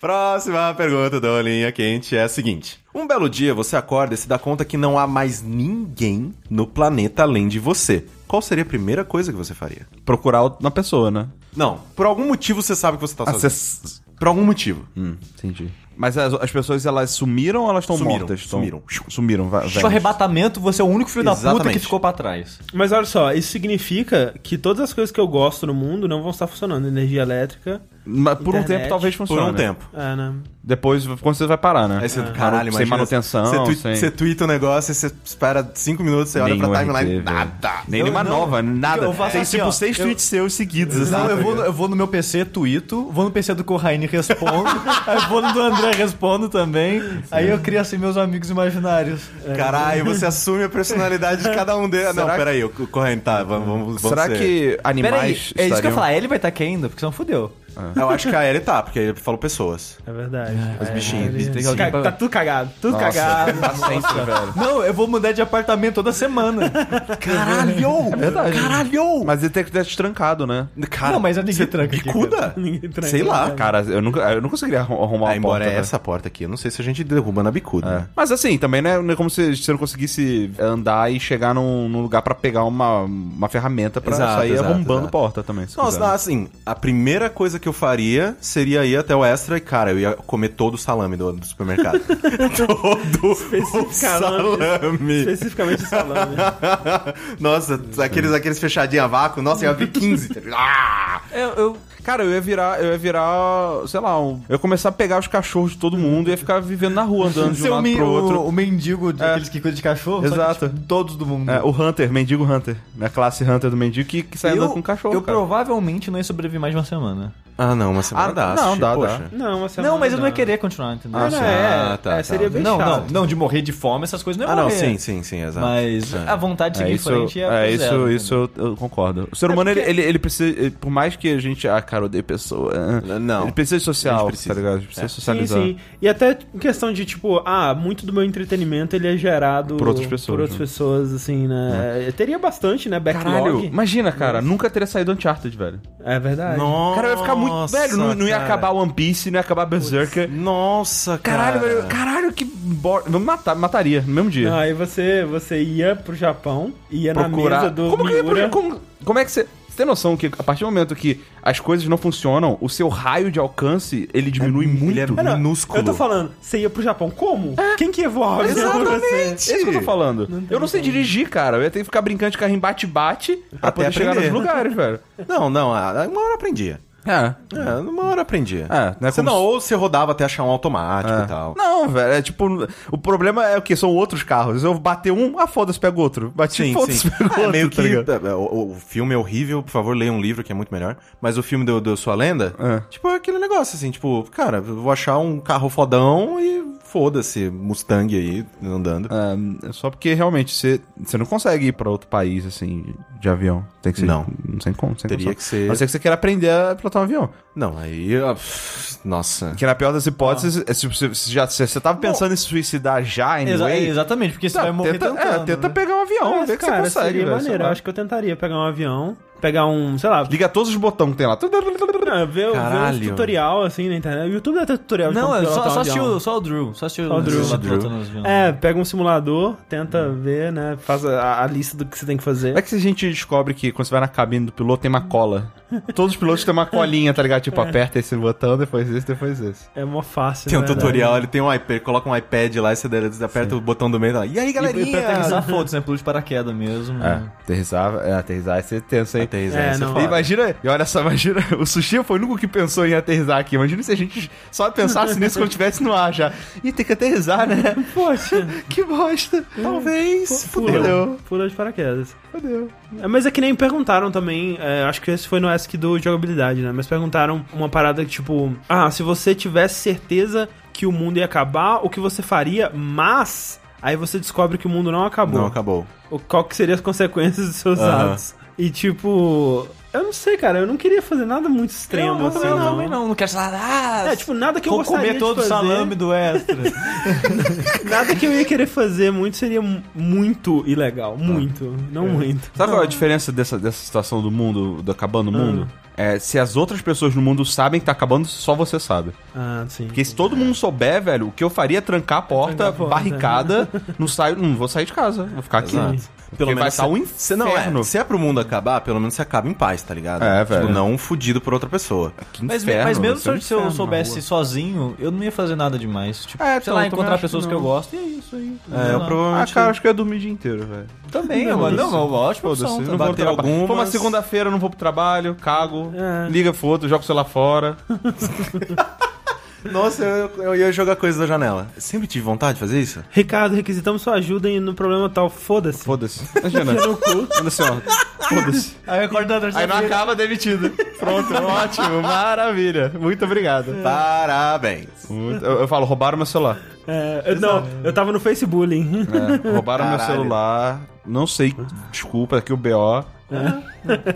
[SPEAKER 1] Próxima pergunta da Olinha Quente é a seguinte. Um belo dia você acorda e se dá conta que não há mais ninguém no planeta além de você. Qual seria a primeira coisa que você faria?
[SPEAKER 4] Procurar uma pessoa, né?
[SPEAKER 1] Não, por algum motivo você sabe que você tá
[SPEAKER 4] Ah,
[SPEAKER 1] sozinho.
[SPEAKER 4] Acess-
[SPEAKER 1] Por algum motivo.
[SPEAKER 4] Hum, entendi. Mas as, as pessoas, elas sumiram ou elas estão
[SPEAKER 1] Sumiram,
[SPEAKER 4] mortas? Tão-
[SPEAKER 1] sumiram.
[SPEAKER 4] Sumiram, vai.
[SPEAKER 3] Seu arrebatamento, você é o único filho da puta
[SPEAKER 1] Exatamente.
[SPEAKER 3] que ficou pra trás.
[SPEAKER 2] Mas olha só, isso significa que todas as coisas que eu gosto no mundo não vão estar funcionando. Energia elétrica.
[SPEAKER 4] Mas por um
[SPEAKER 2] Internet.
[SPEAKER 4] tempo talvez
[SPEAKER 1] Por
[SPEAKER 4] funcione.
[SPEAKER 1] um tempo.
[SPEAKER 2] Ah, não.
[SPEAKER 4] Depois, quando você vai parar, né?
[SPEAKER 1] Aí você,
[SPEAKER 4] Manu-
[SPEAKER 1] caralho,
[SPEAKER 4] sem
[SPEAKER 1] imagina,
[SPEAKER 4] manutenção,
[SPEAKER 1] Você, tui-
[SPEAKER 4] sem...
[SPEAKER 1] você twitta um negócio, e você espera 5 minutos, você olha
[SPEAKER 4] Nem
[SPEAKER 1] pra
[SPEAKER 4] o
[SPEAKER 1] timeline,
[SPEAKER 4] RT, velho.
[SPEAKER 1] nada.
[SPEAKER 4] Nem nenhuma
[SPEAKER 3] não.
[SPEAKER 4] nova, nada.
[SPEAKER 3] Eu faço
[SPEAKER 4] Tem
[SPEAKER 3] assim,
[SPEAKER 4] tipo
[SPEAKER 3] ó,
[SPEAKER 4] seis
[SPEAKER 3] eu-
[SPEAKER 4] tweets seus seguidos. assim,
[SPEAKER 3] Não,
[SPEAKER 4] tá
[SPEAKER 3] eu vou,
[SPEAKER 4] ligado?
[SPEAKER 3] no- eu vou no meu PC, tuito, vou no PC do Corraine, respondo, aí vou no do André, respondo também, aí eu crio assim meus amigos imaginários.
[SPEAKER 1] Caralho, você assume a personalidade de cada um deles. Não,
[SPEAKER 4] Será que-
[SPEAKER 1] peraí, o corrente tá, vamos, vamos vamos
[SPEAKER 4] Será
[SPEAKER 1] ser-
[SPEAKER 4] que
[SPEAKER 3] Pera aí, é
[SPEAKER 4] animais
[SPEAKER 3] isso que eu ia
[SPEAKER 4] estariam-
[SPEAKER 3] falar, ele vai estar aqui ainda, porque senão fudeu.
[SPEAKER 1] Ah. Eu acho que a Ellie tá, porque ele falou pessoas.
[SPEAKER 2] É verdade.
[SPEAKER 1] Os
[SPEAKER 2] É,
[SPEAKER 1] bichinhos.
[SPEAKER 2] ele-
[SPEAKER 3] Tem alguém
[SPEAKER 2] Ca-
[SPEAKER 3] pra-
[SPEAKER 2] Tá tudo cagado. Tudo
[SPEAKER 4] Nossa,
[SPEAKER 2] cagado.
[SPEAKER 4] tá sempre, velho.
[SPEAKER 3] Não, eu vou mudar de apartamento toda semana.
[SPEAKER 1] Caralho! É verdade. Caralho!
[SPEAKER 4] Mas ele tem que ter trancado, né?
[SPEAKER 1] Cara,
[SPEAKER 3] Não, mas a ninguém
[SPEAKER 1] você
[SPEAKER 3] tranca aqui,
[SPEAKER 1] Bicuda?
[SPEAKER 2] Ninguém tranca.
[SPEAKER 1] Sei lá.
[SPEAKER 4] Ah, Cara, eu nunca, eu não conseguiria arrum- arrumar
[SPEAKER 1] Ah,
[SPEAKER 4] uma
[SPEAKER 1] embora
[SPEAKER 4] porta,
[SPEAKER 1] é
[SPEAKER 4] né?
[SPEAKER 1] essa né? porta aqui, eu não sei se a gente derruba na bicuda.
[SPEAKER 4] É.
[SPEAKER 1] né?
[SPEAKER 4] Mas assim, também né, não é como se você não conseguisse andar e chegar num, num lugar pra pegar uma, uma ferramenta pra
[SPEAKER 1] Exato,
[SPEAKER 4] sair
[SPEAKER 1] exato,
[SPEAKER 4] arrombando
[SPEAKER 1] exato.
[SPEAKER 4] porta também. se
[SPEAKER 1] Nossa,
[SPEAKER 4] quiser, né?
[SPEAKER 1] assim, a primeira coisa que eu faria seria ir até o Extra e, cara, eu ia comer todo o salame do, do supermercado. todo o
[SPEAKER 2] Especificamente-
[SPEAKER 1] salame.
[SPEAKER 2] Especificamente o salame.
[SPEAKER 4] né?
[SPEAKER 1] Nossa, aqueles, aqueles fechadinhos a vácuo, nossa, eu ia ver 15. Ah!
[SPEAKER 4] Eu, eu- cara, eu ia virar, eu ia virar, sei lá, um- eu ia começar a pegar os cachorros de todo mundo e ia ficar vivendo na rua, andando de
[SPEAKER 3] Ser
[SPEAKER 4] um lado
[SPEAKER 3] o, men-
[SPEAKER 4] pro outro. É.
[SPEAKER 3] o- o mendigo daqueles que cuidam de cachorro, só que,
[SPEAKER 4] Exato.
[SPEAKER 3] tipo, todos do mundo.
[SPEAKER 4] É, o Hunter, mendigo Hunter, né? Classe Hunter do mendigo que, que sai andando com um cachorro.
[SPEAKER 3] eu
[SPEAKER 4] cara.
[SPEAKER 3] provavelmente não ia sobreviver mais de uma semana.
[SPEAKER 1] Ah, não, uma semana
[SPEAKER 4] Ah,
[SPEAKER 1] dá.
[SPEAKER 4] não,
[SPEAKER 1] Sushi,
[SPEAKER 4] dá,
[SPEAKER 1] poxa.
[SPEAKER 2] Não, uma semana
[SPEAKER 3] Não, mas eu não ia querer continuar, entendeu?
[SPEAKER 2] Ah,
[SPEAKER 1] sim.
[SPEAKER 2] não, é,
[SPEAKER 1] Ah, tá,
[SPEAKER 2] é,
[SPEAKER 1] tá.
[SPEAKER 2] seria bem
[SPEAKER 3] não, não,
[SPEAKER 2] chato.
[SPEAKER 3] não, de morrer de fome, essas coisas não
[SPEAKER 1] Ah,
[SPEAKER 3] ia
[SPEAKER 1] não,
[SPEAKER 3] morrer.
[SPEAKER 1] sim, sim, sim, exato.
[SPEAKER 3] Mas
[SPEAKER 1] É.
[SPEAKER 3] a vontade de
[SPEAKER 4] É
[SPEAKER 3] seguir
[SPEAKER 4] isso,
[SPEAKER 3] em frente ia
[SPEAKER 4] é
[SPEAKER 3] pro zero, É
[SPEAKER 4] isso,
[SPEAKER 3] entendeu?
[SPEAKER 4] isso eu, eu concordo. O ser humano, ele- ele, ele precisa. ele- por mais que a gente. Ah, cara, odeio pessoa. ah,
[SPEAKER 1] Não.
[SPEAKER 4] Ele precisa de social,
[SPEAKER 1] A gente precisa.
[SPEAKER 4] tá ligado? Ele precisa
[SPEAKER 2] Sim,
[SPEAKER 4] socializar.
[SPEAKER 2] sim. E até em questão de, tipo, ah, muito do meu entretenimento ele é gerado
[SPEAKER 4] Por outras pessoas,
[SPEAKER 2] por outras
[SPEAKER 4] né?
[SPEAKER 2] pessoas, assim, né? Eu teria bastante, né? Backlog.
[SPEAKER 4] Caralho, imagina, cara, nunca teria saído do Uncharted, velho.
[SPEAKER 2] É verdade.
[SPEAKER 1] Nossa,
[SPEAKER 4] cara, eu ia ficar muito. Velho, não, não ia acabar One Piece, não ia acabar Berserker.
[SPEAKER 1] Nossa, cara.
[SPEAKER 4] Caralho, velho, caralho, que. Bor... Eu matar, mataria no mesmo dia.
[SPEAKER 2] Não, aí você, você ia pro Japão, ia na mesa do
[SPEAKER 4] como, que,
[SPEAKER 2] Miura.
[SPEAKER 4] como, como é que você. Você tem noção que a partir do momento que as coisas não funcionam, o seu raio de alcance ele diminui muito?
[SPEAKER 1] ele é
[SPEAKER 2] É, não,
[SPEAKER 1] minúsculo.
[SPEAKER 2] Eu tô falando, você ia pro Japão como? Quem que voa o avião com você?
[SPEAKER 4] É isso que eu tô falando. eu não sei dirigir, cara. Eu ia ter que ficar brincando de carrinho bate-bate pra
[SPEAKER 1] Até
[SPEAKER 4] poder chegar
[SPEAKER 1] aprender.
[SPEAKER 4] nos lugares, velho.
[SPEAKER 1] Não, não, ah, uma hora aprendia.
[SPEAKER 4] É.
[SPEAKER 1] É, uma hora aprendia.
[SPEAKER 4] É, não é
[SPEAKER 1] Você
[SPEAKER 4] como
[SPEAKER 1] não,
[SPEAKER 4] se- Ah.
[SPEAKER 1] ou você rodava até achar um automático e tal.
[SPEAKER 4] Não, velho, é tipo. O problema é o que? São outros carros. Eu bater um, ah, foda-se, pego outro. Bati, foda-se, pego outro.
[SPEAKER 1] É meio
[SPEAKER 4] tá
[SPEAKER 1] que.
[SPEAKER 4] ligado?
[SPEAKER 1] o, o filme é horrível, por favor, leia um livro que é muito melhor. Mas o filme do, do Sua Lenda,
[SPEAKER 4] É.
[SPEAKER 1] tipo, é aquele negócio assim, tipo, cara, eu vou achar um carro fodão e foda-se, Mustang aí andando.
[SPEAKER 4] É Ah, só porque realmente você, você não consegue ir pra outro país, assim, de de avião. Tem que ser.
[SPEAKER 1] Não.
[SPEAKER 4] Não sei como. Sem
[SPEAKER 1] Teria
[SPEAKER 4] condição.
[SPEAKER 1] que ser-
[SPEAKER 4] A não ser que você queira aprender a pilotar um avião.
[SPEAKER 1] Não, aí. ó, pff, Nossa.
[SPEAKER 4] Que na pior das hipóteses, é se você se já, se você tava pensando em se suicidar já,
[SPEAKER 3] Exa-
[SPEAKER 4] anyway,
[SPEAKER 3] exatamente, porque você
[SPEAKER 4] tá,
[SPEAKER 3] vai morrer
[SPEAKER 4] tenta,
[SPEAKER 3] tentando.
[SPEAKER 4] é, tenta
[SPEAKER 3] né?
[SPEAKER 4] pegar um avião,
[SPEAKER 2] Mas,
[SPEAKER 4] vê que
[SPEAKER 2] cara,
[SPEAKER 4] você consegue.
[SPEAKER 2] seria
[SPEAKER 4] velho, sei
[SPEAKER 2] maneiro.
[SPEAKER 4] lá.
[SPEAKER 2] Eu acho que eu tentaria pegar um avião, pegar um, sei lá,
[SPEAKER 4] Liga todos os botões que tem lá.
[SPEAKER 2] não, ver, ver
[SPEAKER 1] Caralho.
[SPEAKER 2] um tutorial assim na internet. O YouTube deve ter tutorial de
[SPEAKER 3] Não,
[SPEAKER 2] como
[SPEAKER 3] é só,
[SPEAKER 2] pilotar um
[SPEAKER 3] só
[SPEAKER 2] avião.
[SPEAKER 3] assistiu só o Drew. Só assistiu
[SPEAKER 2] Só o Drew.
[SPEAKER 3] lá
[SPEAKER 1] Drew.
[SPEAKER 3] pilotando os aviões.
[SPEAKER 2] É, pega um simulador, tenta ver, né? Faz a, a lista do que você tem que fazer.
[SPEAKER 4] É que se a gente descobre que quando você vai na cabine do piloto tem uma cola. Todos os pilotos têm uma colinha, tá ligado? Tipo, aperta esse botão, depois esse, depois esse.
[SPEAKER 2] É mó fácil.
[SPEAKER 1] Tem um
[SPEAKER 2] né, velho?
[SPEAKER 1] tutorial, ele tem um iPad, coloca um iPad lá e você dele- aperta o botão do meio e fala, E aí,
[SPEAKER 3] E, e pra
[SPEAKER 1] galerinha?
[SPEAKER 3] aterrissar, foda-se, né? Pulo de paraquedas mesmo. né?
[SPEAKER 4] É, aterrissar, é, aterrissar, esse é tenso, hein?
[SPEAKER 1] Aterrissar,
[SPEAKER 2] É,
[SPEAKER 1] você
[SPEAKER 2] não.
[SPEAKER 1] fala,
[SPEAKER 2] Claro.
[SPEAKER 4] Imagina, e olha só, imagina, o Sushi foi o único que pensou em aterrissar aqui. Imagina se a gente só pensasse nisso quando estivesse no ar já. Ih, tem que aterrissar, né?
[SPEAKER 2] Poxa,
[SPEAKER 4] Que bosta. Talvez.
[SPEAKER 2] pula,
[SPEAKER 4] Hum. Fudeu.
[SPEAKER 2] pula de paraquedas.
[SPEAKER 4] Fudeu.
[SPEAKER 2] É, Mas é que nem perguntaram também, é, acho que esse foi no Ask do Jogabilidade, né? Mas perguntaram uma parada que, tipo, ah, se você tivesse certeza que o mundo ia acabar, o que você faria, mas aí você descobre que o mundo não acabou.
[SPEAKER 1] Não, acabou.
[SPEAKER 2] O- Qual que seriam as consequências dos seus
[SPEAKER 1] Aham.
[SPEAKER 2] atos. E, tipo, eu não sei, cara, eu não queria fazer nada muito
[SPEAKER 3] Não,
[SPEAKER 2] extremo,
[SPEAKER 3] não,
[SPEAKER 2] assim,
[SPEAKER 3] não,
[SPEAKER 2] não.
[SPEAKER 3] não, não, não quero falar. Ah,
[SPEAKER 2] É, tipo, nada que eu
[SPEAKER 3] vou
[SPEAKER 2] gostaria
[SPEAKER 3] comer todo
[SPEAKER 2] de
[SPEAKER 3] o
[SPEAKER 2] fazer,
[SPEAKER 3] salame do extra.
[SPEAKER 2] nada que eu ia querer fazer muito seria mu- muito ilegal, muito, não muito.
[SPEAKER 4] Sabe qual é a diferença dessa, dessa situação do mundo, do acabando o mundo? É, se as outras pessoas no mundo sabem que tá acabando, só você sabe.
[SPEAKER 2] Ah, sim.
[SPEAKER 4] Porque se todo mundo souber, velho, o que eu faria é trancar a porta,
[SPEAKER 2] Trancar a porta.
[SPEAKER 4] barricada, não saio, não vou sair de casa, vou ficar aqui.
[SPEAKER 1] Exato.
[SPEAKER 4] Porque vai estar um
[SPEAKER 1] Você não
[SPEAKER 4] inferno.
[SPEAKER 1] é. Se é pro mundo acabar, pelo menos você acaba em paz, tá ligado?
[SPEAKER 4] É, velho. É
[SPEAKER 1] Tipo, não fudido por outra pessoa.
[SPEAKER 4] Que
[SPEAKER 3] mas, me-
[SPEAKER 4] inferno,
[SPEAKER 3] mas mesmo
[SPEAKER 4] vai ser
[SPEAKER 3] se eu,
[SPEAKER 4] um
[SPEAKER 3] se eu
[SPEAKER 4] inferno na
[SPEAKER 3] soubesse
[SPEAKER 4] rua.
[SPEAKER 3] sozinho, eu não ia fazer nada demais. Tipo,
[SPEAKER 4] É,
[SPEAKER 3] sei
[SPEAKER 4] então,
[SPEAKER 3] lá,
[SPEAKER 4] eu também
[SPEAKER 3] encontrar
[SPEAKER 4] acho
[SPEAKER 3] pessoas
[SPEAKER 4] que
[SPEAKER 3] que, eu gosto e é isso aí.
[SPEAKER 1] É, eu
[SPEAKER 4] Ah,
[SPEAKER 1] provavelmente.
[SPEAKER 4] cara, acho que eu ia dormir o dia inteiro, velho.
[SPEAKER 3] Também,
[SPEAKER 2] Não,
[SPEAKER 3] mano.
[SPEAKER 2] isso.
[SPEAKER 3] Não, é uma ótima opção.
[SPEAKER 4] Foda-se,
[SPEAKER 3] tá?
[SPEAKER 4] não vou
[SPEAKER 1] bater
[SPEAKER 4] trabalhar.
[SPEAKER 1] algumas.
[SPEAKER 4] Foi uma segunda-feira, eu não vou pro trabalho, cago,
[SPEAKER 2] É.
[SPEAKER 4] liga, foto, jogo o celular fora.
[SPEAKER 1] Nossa, eu, eu ia jogar coisa da janela. Sempre tive vontade de fazer isso?
[SPEAKER 2] Ricardo, requisitamos sua ajuda em- no problema tal, foda-se.
[SPEAKER 4] Foda-se. Imagina. Olha assim, ó. Foda-se.
[SPEAKER 3] Aí eu acordo na
[SPEAKER 4] Aí não
[SPEAKER 3] terça-feira.
[SPEAKER 4] acaba demitido. Pronto, ótimo, maravilha. Muito obrigado.
[SPEAKER 1] Parabéns.
[SPEAKER 4] Muito- Eu, eu falo, roubaram meu celular.
[SPEAKER 2] É, eu- não, eu tava no Facebook.
[SPEAKER 4] É, roubaram meu
[SPEAKER 1] Caralho.
[SPEAKER 4] celular. Não sei, desculpa, aqui o BO.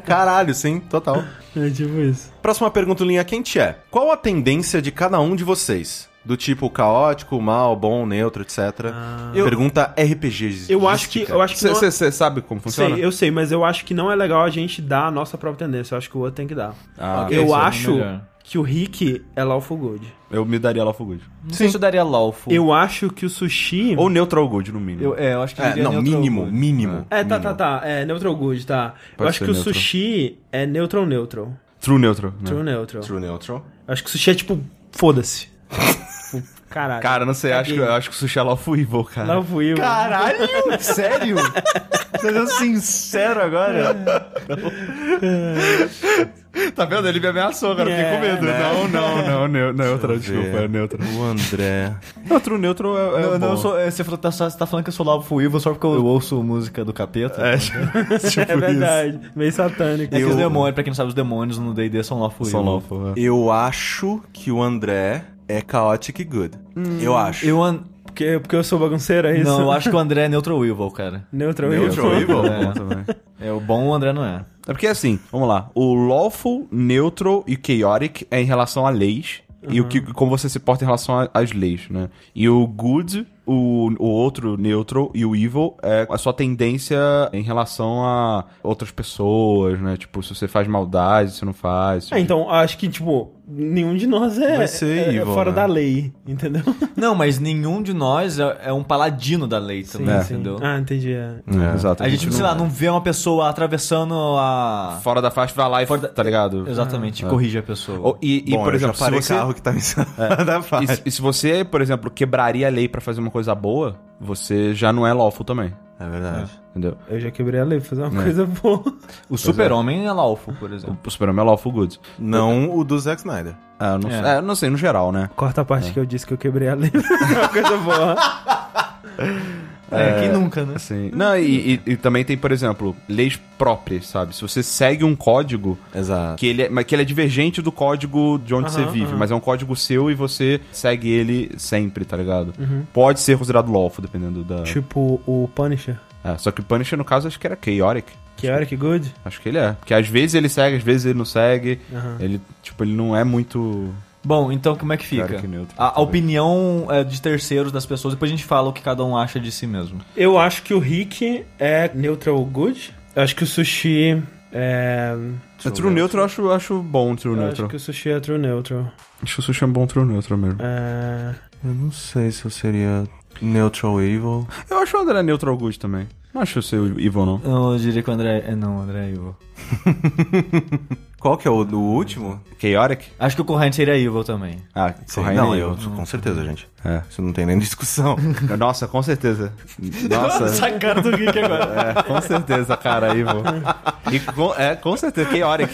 [SPEAKER 1] Caralho, sim, total.
[SPEAKER 2] É tipo isso.
[SPEAKER 1] Próxima pergunta linha quente é: Qual a tendência de cada um de vocês? Do tipo caótico, mal, bom, neutro, etc.
[SPEAKER 2] Eu-
[SPEAKER 1] Pergunta RPG.
[SPEAKER 2] Eu acho que, eu acho que não...
[SPEAKER 4] Você sabe como funciona?
[SPEAKER 2] Sei, eu sei, mas eu acho que não é legal a gente dar a nossa própria tendência. Eu acho que o outro tem que dar.
[SPEAKER 4] Ah,
[SPEAKER 3] Ok,
[SPEAKER 4] eu,
[SPEAKER 2] eu
[SPEAKER 3] isso é
[SPEAKER 2] acho
[SPEAKER 3] melhor.
[SPEAKER 2] que o Rick é Lawful Good.
[SPEAKER 4] eu me daria Lawful Good.
[SPEAKER 3] Não sei se eu daria lawful.
[SPEAKER 2] Eu acho que o Sushi...
[SPEAKER 4] Ou Neutral Good, no mínimo.
[SPEAKER 3] Eu- é, eu acho que
[SPEAKER 1] É,
[SPEAKER 3] seria
[SPEAKER 1] não,
[SPEAKER 3] neutral.
[SPEAKER 1] mínimo, mínimo.
[SPEAKER 2] É, tá,
[SPEAKER 1] mínimo.
[SPEAKER 2] tá, tá. É, Neutral Good, tá. eu
[SPEAKER 4] Pode
[SPEAKER 2] acho
[SPEAKER 4] ser
[SPEAKER 2] que o
[SPEAKER 4] neutral.
[SPEAKER 2] Sushi é Neutral Neutral.
[SPEAKER 4] True Neutral. né?
[SPEAKER 2] True Neutral.
[SPEAKER 1] True neutral.
[SPEAKER 2] Eu acho que o Sushi é tipo... Foda-se. Tipo, Caralho.
[SPEAKER 4] Cara, não sei, acho que,
[SPEAKER 2] Caguei.
[SPEAKER 4] eu acho que o Sushi é Lawful Evil, cara.
[SPEAKER 2] Lá fui eu.
[SPEAKER 4] Caralho! Sério?
[SPEAKER 3] tá
[SPEAKER 4] Você sendo sincero agora? Não. Tá vendo? Ele me ameaçou, cara. eu Fiquei com
[SPEAKER 2] É,
[SPEAKER 3] né?
[SPEAKER 4] medo. Não, não, não. neu- Neutral,
[SPEAKER 1] Deixa eu
[SPEAKER 4] desculpa.
[SPEAKER 1] ver.
[SPEAKER 4] É neutral.
[SPEAKER 1] O André.
[SPEAKER 4] Neutral, neutral é, é
[SPEAKER 3] Não, não,
[SPEAKER 4] bom.
[SPEAKER 3] eu sou- é, você, falou, tá, só- você tá falando que eu sou lawful evil só porque eu ouço música do capeta?
[SPEAKER 4] É, tipo
[SPEAKER 2] É verdade. Meio satânico.
[SPEAKER 3] É que
[SPEAKER 1] Eu-
[SPEAKER 3] os demônios, pra quem não sabe, os demônios no D&D são lawful
[SPEAKER 4] isso. São
[SPEAKER 3] evil.
[SPEAKER 4] lawful, é.
[SPEAKER 1] Eu acho que o André é chaotic good. eu acho.
[SPEAKER 3] Eu an-
[SPEAKER 2] Porque, porque eu sou bagunceiro, é isso?
[SPEAKER 3] Não, eu acho que o André é neutral evil, cara.
[SPEAKER 2] Neutral,
[SPEAKER 1] Neutral
[SPEAKER 2] Evil.
[SPEAKER 1] Evil. Bom,
[SPEAKER 4] É.
[SPEAKER 3] bom É, o bom o André não é.
[SPEAKER 4] É porque assim, vamos lá. O lawful, neutral e chaotic é em relação a leis. E o que, como você se porta em relação a- às leis, né? E o good, o, o outro neutral e o evil é a sua tendência em relação a outras pessoas, né? Tipo, se você faz maldade, se não faz. se-
[SPEAKER 2] É, então, acho que, tipo, nenhum de nós é,
[SPEAKER 1] Vai ser
[SPEAKER 2] é- é
[SPEAKER 1] evil,
[SPEAKER 2] fora
[SPEAKER 1] né?
[SPEAKER 2] da lei, entendeu?
[SPEAKER 3] Não, mas nenhum de nós é, é um paladino da lei também, entendeu?
[SPEAKER 2] Ah, entendi. é.
[SPEAKER 4] É, Exato.
[SPEAKER 3] A gente, sei lá, não vê uma pessoa atravessando a...
[SPEAKER 4] Fora da faixa, vai lá e... Tá ligado?
[SPEAKER 3] Exatamente, corrige a pessoa.
[SPEAKER 4] Ou- E, e,
[SPEAKER 1] Bom,
[SPEAKER 4] por
[SPEAKER 1] eu já
[SPEAKER 4] exemplo, se
[SPEAKER 1] parei
[SPEAKER 4] você...
[SPEAKER 1] carro que tá me da
[SPEAKER 4] E,
[SPEAKER 1] faixa.
[SPEAKER 4] se- e se você, por exemplo, quebraria a lei pra fazer uma coisa boa, você já não é lawful também,
[SPEAKER 1] É verdade.
[SPEAKER 4] entendeu?
[SPEAKER 2] Eu já quebrei a lei pra fazer uma coisa boa.
[SPEAKER 3] O super-homem é lawful, por exemplo.
[SPEAKER 4] O super-homem é lawful good.
[SPEAKER 1] Não o do Zack Snyder.
[SPEAKER 4] Ah, eu não,
[SPEAKER 3] É.
[SPEAKER 4] sei- é, eu não sei, no geral, né?
[SPEAKER 2] Corta a parte que eu disse que eu quebrei a lei pra fazer uma coisa boa.
[SPEAKER 3] É, quem nunca, né?
[SPEAKER 4] Assim, não, e, e- e também tem, por exemplo, leis próprias, sabe? Se você segue um código
[SPEAKER 1] Exato.
[SPEAKER 4] que ele é, mas que ele é divergente do código de onde você
[SPEAKER 2] Aham,
[SPEAKER 4] vive,
[SPEAKER 2] aham.
[SPEAKER 4] mas é um código seu e você segue ele sempre, tá ligado? Pode ser considerado lawful, dependendo da...
[SPEAKER 2] tipo, o Punisher.
[SPEAKER 4] É, só que Punisher, no caso, acho que era chaotic.
[SPEAKER 2] Que é o Eric Good?
[SPEAKER 4] Acho que ele é. Porque às vezes ele segue, às vezes ele não segue.
[SPEAKER 2] Aham.
[SPEAKER 4] Ele, tipo, ele não é muito.
[SPEAKER 3] Bom, então como é que fica?
[SPEAKER 4] Claro que neutro,
[SPEAKER 3] a, a
[SPEAKER 4] talvez.
[SPEAKER 3] opinião é, de terceiros das pessoas, depois a gente fala o que cada um acha de si mesmo.
[SPEAKER 2] Eu acho que o Rick é neutral good. Eu acho que o Sushi é...
[SPEAKER 4] É True Neutral eu acho, eu acho bom True
[SPEAKER 2] Eu
[SPEAKER 4] Neutral.
[SPEAKER 2] acho que o Sushi é true neutral.
[SPEAKER 4] Acho que o Sushi é um bom True Neutral mesmo.
[SPEAKER 2] É...
[SPEAKER 1] Eu não sei se eu seria neutral evil.
[SPEAKER 4] Eu acho o André Neutral Good também. Não acho o seu Evil, não.
[SPEAKER 3] Eu diria que o André. É, não, o André é evil.
[SPEAKER 1] Qual que é o do último?
[SPEAKER 4] Chaotic?
[SPEAKER 3] Acho que o Corrente seria evil também.
[SPEAKER 4] Ah,
[SPEAKER 1] Sei,
[SPEAKER 4] Corrine
[SPEAKER 1] não,
[SPEAKER 4] é
[SPEAKER 1] eu,
[SPEAKER 4] evil.
[SPEAKER 1] com certeza, gente.
[SPEAKER 4] É.
[SPEAKER 1] Isso não tem nem discussão.
[SPEAKER 4] Nossa, com certeza. Nossa.
[SPEAKER 3] a cara do Rick agora.
[SPEAKER 4] É, com certeza, cara, Evil. E com, é, com certeza, Chaotic.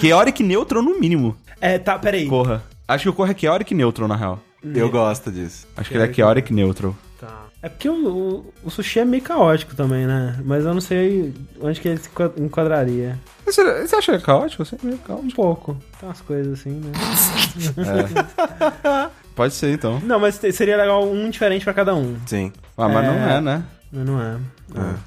[SPEAKER 4] Chaotic Neutral no mínimo.
[SPEAKER 2] É, tá, peraí.
[SPEAKER 4] Corra. Acho que o Corra é Chaotic Neutral, na real.
[SPEAKER 1] eu gosto disso.
[SPEAKER 4] Acho que ele é Chaotic Neutral.
[SPEAKER 2] Tá. É porque o, o, o Sushi é meio caótico também, né? Mas eu não sei onde que ele se enqua- enquadraria.
[SPEAKER 4] Você, você acha caótico? Você é meio caótico.
[SPEAKER 2] Um pouco. Tem umas coisas assim, né?
[SPEAKER 4] Pode ser, então.
[SPEAKER 2] Não, mas te- seria legal um diferente pra cada um.
[SPEAKER 1] Sim.
[SPEAKER 4] Ah, mas não
[SPEAKER 2] É.
[SPEAKER 4] é, né?
[SPEAKER 2] Mas não é.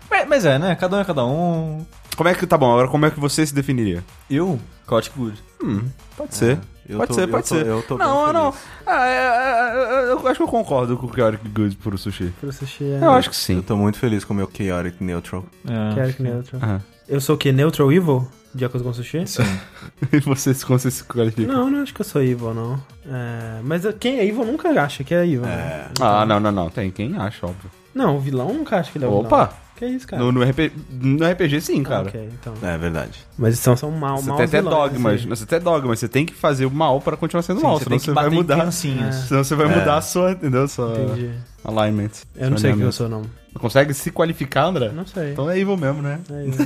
[SPEAKER 3] Mas, mas é, né? Cada um é cada um.
[SPEAKER 4] Como é que... Tá bom, agora como é que você se definiria?
[SPEAKER 3] Eu? Chaotic Good.
[SPEAKER 4] Hum, pode
[SPEAKER 2] É.
[SPEAKER 4] ser.
[SPEAKER 1] Eu
[SPEAKER 4] Pode
[SPEAKER 1] tô-
[SPEAKER 4] ser,
[SPEAKER 1] eu
[SPEAKER 4] pode
[SPEAKER 1] tô-
[SPEAKER 4] ser.
[SPEAKER 1] eu tô bem
[SPEAKER 4] não,
[SPEAKER 1] feliz.
[SPEAKER 4] não. Ah, é, é, é, eu acho que eu concordo com o Chaotic Good pro sushi.
[SPEAKER 2] Pro Sushi é...
[SPEAKER 4] Eu acho que sim.
[SPEAKER 1] Eu tô muito feliz com o meu chaotic neutral.
[SPEAKER 3] É.
[SPEAKER 2] Quero que neutral.
[SPEAKER 4] Aham.
[SPEAKER 2] Eu sou o quê? Neutral evil? De acordo com o Sushi?
[SPEAKER 4] E você, se- como você se qualifica?
[SPEAKER 2] Não, não acho que eu sou evil, não. É, mas eu- quem é evil nunca acha que é evil. né?
[SPEAKER 4] Ah, não, não, não. Tem quem acha, óbvio.
[SPEAKER 2] Não, o vilão nunca acha que ele é o vilão.
[SPEAKER 4] Opa!
[SPEAKER 2] Que isso, cara?
[SPEAKER 4] No, no, RP, no RPG, sim, cara.
[SPEAKER 2] Ah, ok, É um então.
[SPEAKER 1] É verdade.
[SPEAKER 2] Mas então são, são mal,
[SPEAKER 4] Você
[SPEAKER 2] maus
[SPEAKER 4] tem até
[SPEAKER 2] vilões,
[SPEAKER 4] dogmas.
[SPEAKER 2] assim.
[SPEAKER 4] Não, Você tem dogmas. Você tem que fazer o mal pra continuar sendo mal.
[SPEAKER 3] você
[SPEAKER 4] senão
[SPEAKER 3] tem que
[SPEAKER 4] você vai
[SPEAKER 3] bater em
[SPEAKER 4] mudar.
[SPEAKER 3] criancinhas.
[SPEAKER 4] Senão você vai
[SPEAKER 1] É.
[SPEAKER 4] mudar a sua, entendeu? A Sua
[SPEAKER 2] Entendi.
[SPEAKER 4] alignment.
[SPEAKER 2] Eu não
[SPEAKER 4] Seu
[SPEAKER 2] sei o que eu
[SPEAKER 4] alignment.
[SPEAKER 2] sou, não.
[SPEAKER 4] Consegue se qualificar, André?
[SPEAKER 2] Não sei.
[SPEAKER 4] Então é evil mesmo, né?
[SPEAKER 2] É isso.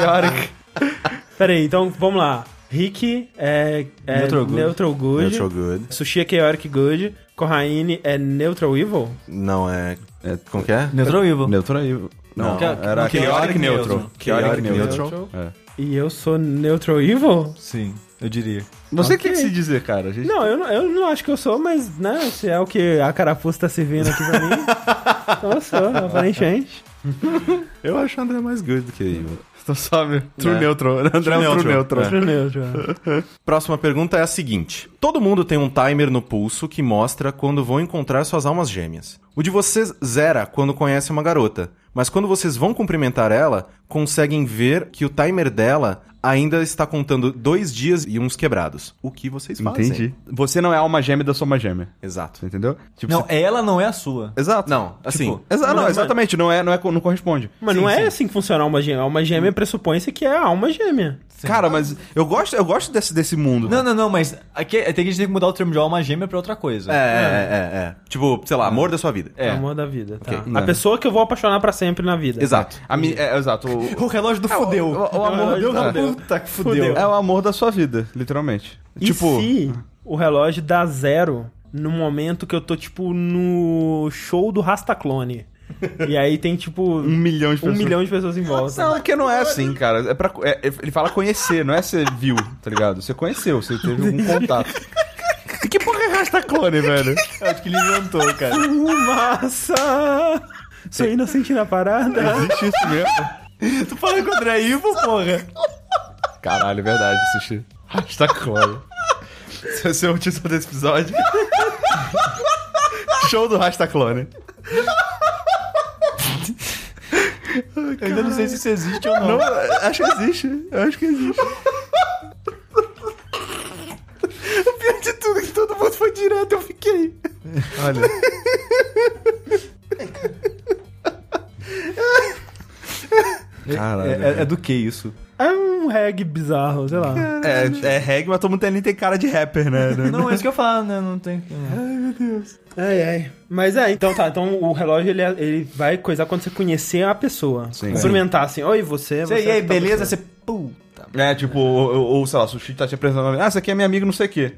[SPEAKER 4] Chaotic.
[SPEAKER 2] Peraí, então vamos lá. Rick é, é
[SPEAKER 3] Neutral good.
[SPEAKER 2] neutral good.
[SPEAKER 1] Neutral good.
[SPEAKER 2] Sushi é chaotic good. Corraine é neutral evil.
[SPEAKER 1] Não é.
[SPEAKER 4] É,
[SPEAKER 1] Como que é?
[SPEAKER 3] Neutral evil.
[SPEAKER 4] Neutral é evil. Não,
[SPEAKER 1] Não,
[SPEAKER 4] era
[SPEAKER 3] que-
[SPEAKER 4] chaotic
[SPEAKER 3] chaotic
[SPEAKER 4] neutral.
[SPEAKER 3] neutral.
[SPEAKER 1] Chaotic
[SPEAKER 4] neutral.
[SPEAKER 1] neutral.
[SPEAKER 4] É.
[SPEAKER 2] E eu sou neutral evil?
[SPEAKER 3] Sim, eu diria.
[SPEAKER 4] Não sei o que
[SPEAKER 2] Ok.
[SPEAKER 4] se dizer, cara. A gente-
[SPEAKER 2] Não eu, não, eu não acho que eu sou, mas né, se é o que a carapuça tá servindo aqui pra mim, então eu sou, aparentemente.
[SPEAKER 4] Eu acho o André mais good do que evil. Então sabe, true
[SPEAKER 1] É.
[SPEAKER 4] neutral. André é um true
[SPEAKER 1] neutral.
[SPEAKER 4] neutral.
[SPEAKER 2] Neutral, neutral.
[SPEAKER 1] Próxima pergunta é a seguinte: Todo mundo tem um timer no pulso que mostra quando vão encontrar suas almas gêmeas. O de vocês zera quando conhece uma garota, mas quando vocês vão cumprimentar ela, conseguem ver que o timer dela ainda está contando dois dias e uns quebrados. O que vocês fazem?
[SPEAKER 4] Entendi. Você não é alma gêmea da sua alma gêmea. Você
[SPEAKER 1] Exato.
[SPEAKER 4] entendeu? Tipo,
[SPEAKER 3] Não,
[SPEAKER 4] você-
[SPEAKER 3] ela não é a sua.
[SPEAKER 4] Exato.
[SPEAKER 1] Não, assim.
[SPEAKER 4] Tipo, exa- não, exatamente. Não, é, não, é, co- não corresponde.
[SPEAKER 2] Mas
[SPEAKER 3] Sim,
[SPEAKER 2] não é
[SPEAKER 3] sim.
[SPEAKER 2] assim que funciona uma gêmea. Uma gêmea pressupõe-se que é a alma gêmea.
[SPEAKER 4] Cara, mas eu gosto, eu gosto desse, desse mundo.
[SPEAKER 3] Não, não, não, mas aqui, é, tem que a gente tem que mudar o termo de alma gêmea pra outra coisa.
[SPEAKER 1] É, é, é, é. Tipo, sei lá, amor da sua vida.
[SPEAKER 3] É.
[SPEAKER 2] Amor da vida, tá.
[SPEAKER 4] Ok.
[SPEAKER 2] A
[SPEAKER 4] É.
[SPEAKER 2] pessoa que eu vou apaixonar pra sempre na vida.
[SPEAKER 1] Exato.
[SPEAKER 4] A mi- é, exato. O,
[SPEAKER 3] O relógio do fudeu.
[SPEAKER 4] Ah,
[SPEAKER 3] Ah.
[SPEAKER 4] o- o amor
[SPEAKER 2] relógio
[SPEAKER 4] da-
[SPEAKER 2] fudeu.
[SPEAKER 3] Puta que
[SPEAKER 2] Fudeu.
[SPEAKER 3] fudeu.
[SPEAKER 4] é o amor da sua vida, literalmente.
[SPEAKER 2] E
[SPEAKER 4] tipo,
[SPEAKER 2] se o relógio dá zero no momento que eu tô, tipo, no show do Rastaclone? e aí tem, tipo,
[SPEAKER 4] um
[SPEAKER 2] um,
[SPEAKER 4] milhão de pessoas.
[SPEAKER 2] milhão de pessoas em volta.
[SPEAKER 4] Não, é que não é assim, cara. É pra, é- é- ele fala conhecer, não é você viu, tá ligado? Você conheceu, você teve algum contato. que porra é Rastaclone, velho?
[SPEAKER 3] Eu acho que ele inventou, cara.
[SPEAKER 2] Massa! Sou inocente na parada.
[SPEAKER 4] Existe isso mesmo?
[SPEAKER 3] tu falando que o André é evil, porra.
[SPEAKER 4] Caralho, é verdade, sushi. Rastaclone. Esse vai ser o título desse episódio. Show do Rastaclone.
[SPEAKER 3] Eu ainda não sei se isso existe ou não.
[SPEAKER 4] Não, acho que existe. Eu acho que existe. O pior de tudo é que todo mundo foi direto, eu fiquei. Olha.
[SPEAKER 3] É,
[SPEAKER 4] Caralho.
[SPEAKER 3] é- é do que isso?
[SPEAKER 2] É um reggae bizarro, sei lá.
[SPEAKER 4] É, é, reggae, mas todo mundo ali tem cara de rapper, né?
[SPEAKER 3] Não, é isso que eu falo, né? Não tem.
[SPEAKER 2] Ai, ai. Mas é, então tá. Então o relógio ele, ele vai coisar quando você conhecer a pessoa.
[SPEAKER 4] Sim.
[SPEAKER 2] Cumprimentar assim, oi, você.
[SPEAKER 3] Você,
[SPEAKER 2] você
[SPEAKER 3] e aí,
[SPEAKER 2] tá
[SPEAKER 3] beleza?
[SPEAKER 2] você."
[SPEAKER 3] Você. Puta.
[SPEAKER 4] É, tipo, ou, ou- ou, sei lá, sushi tá te apresentando. Ah, esse aqui é meu amigo, não sei o quê.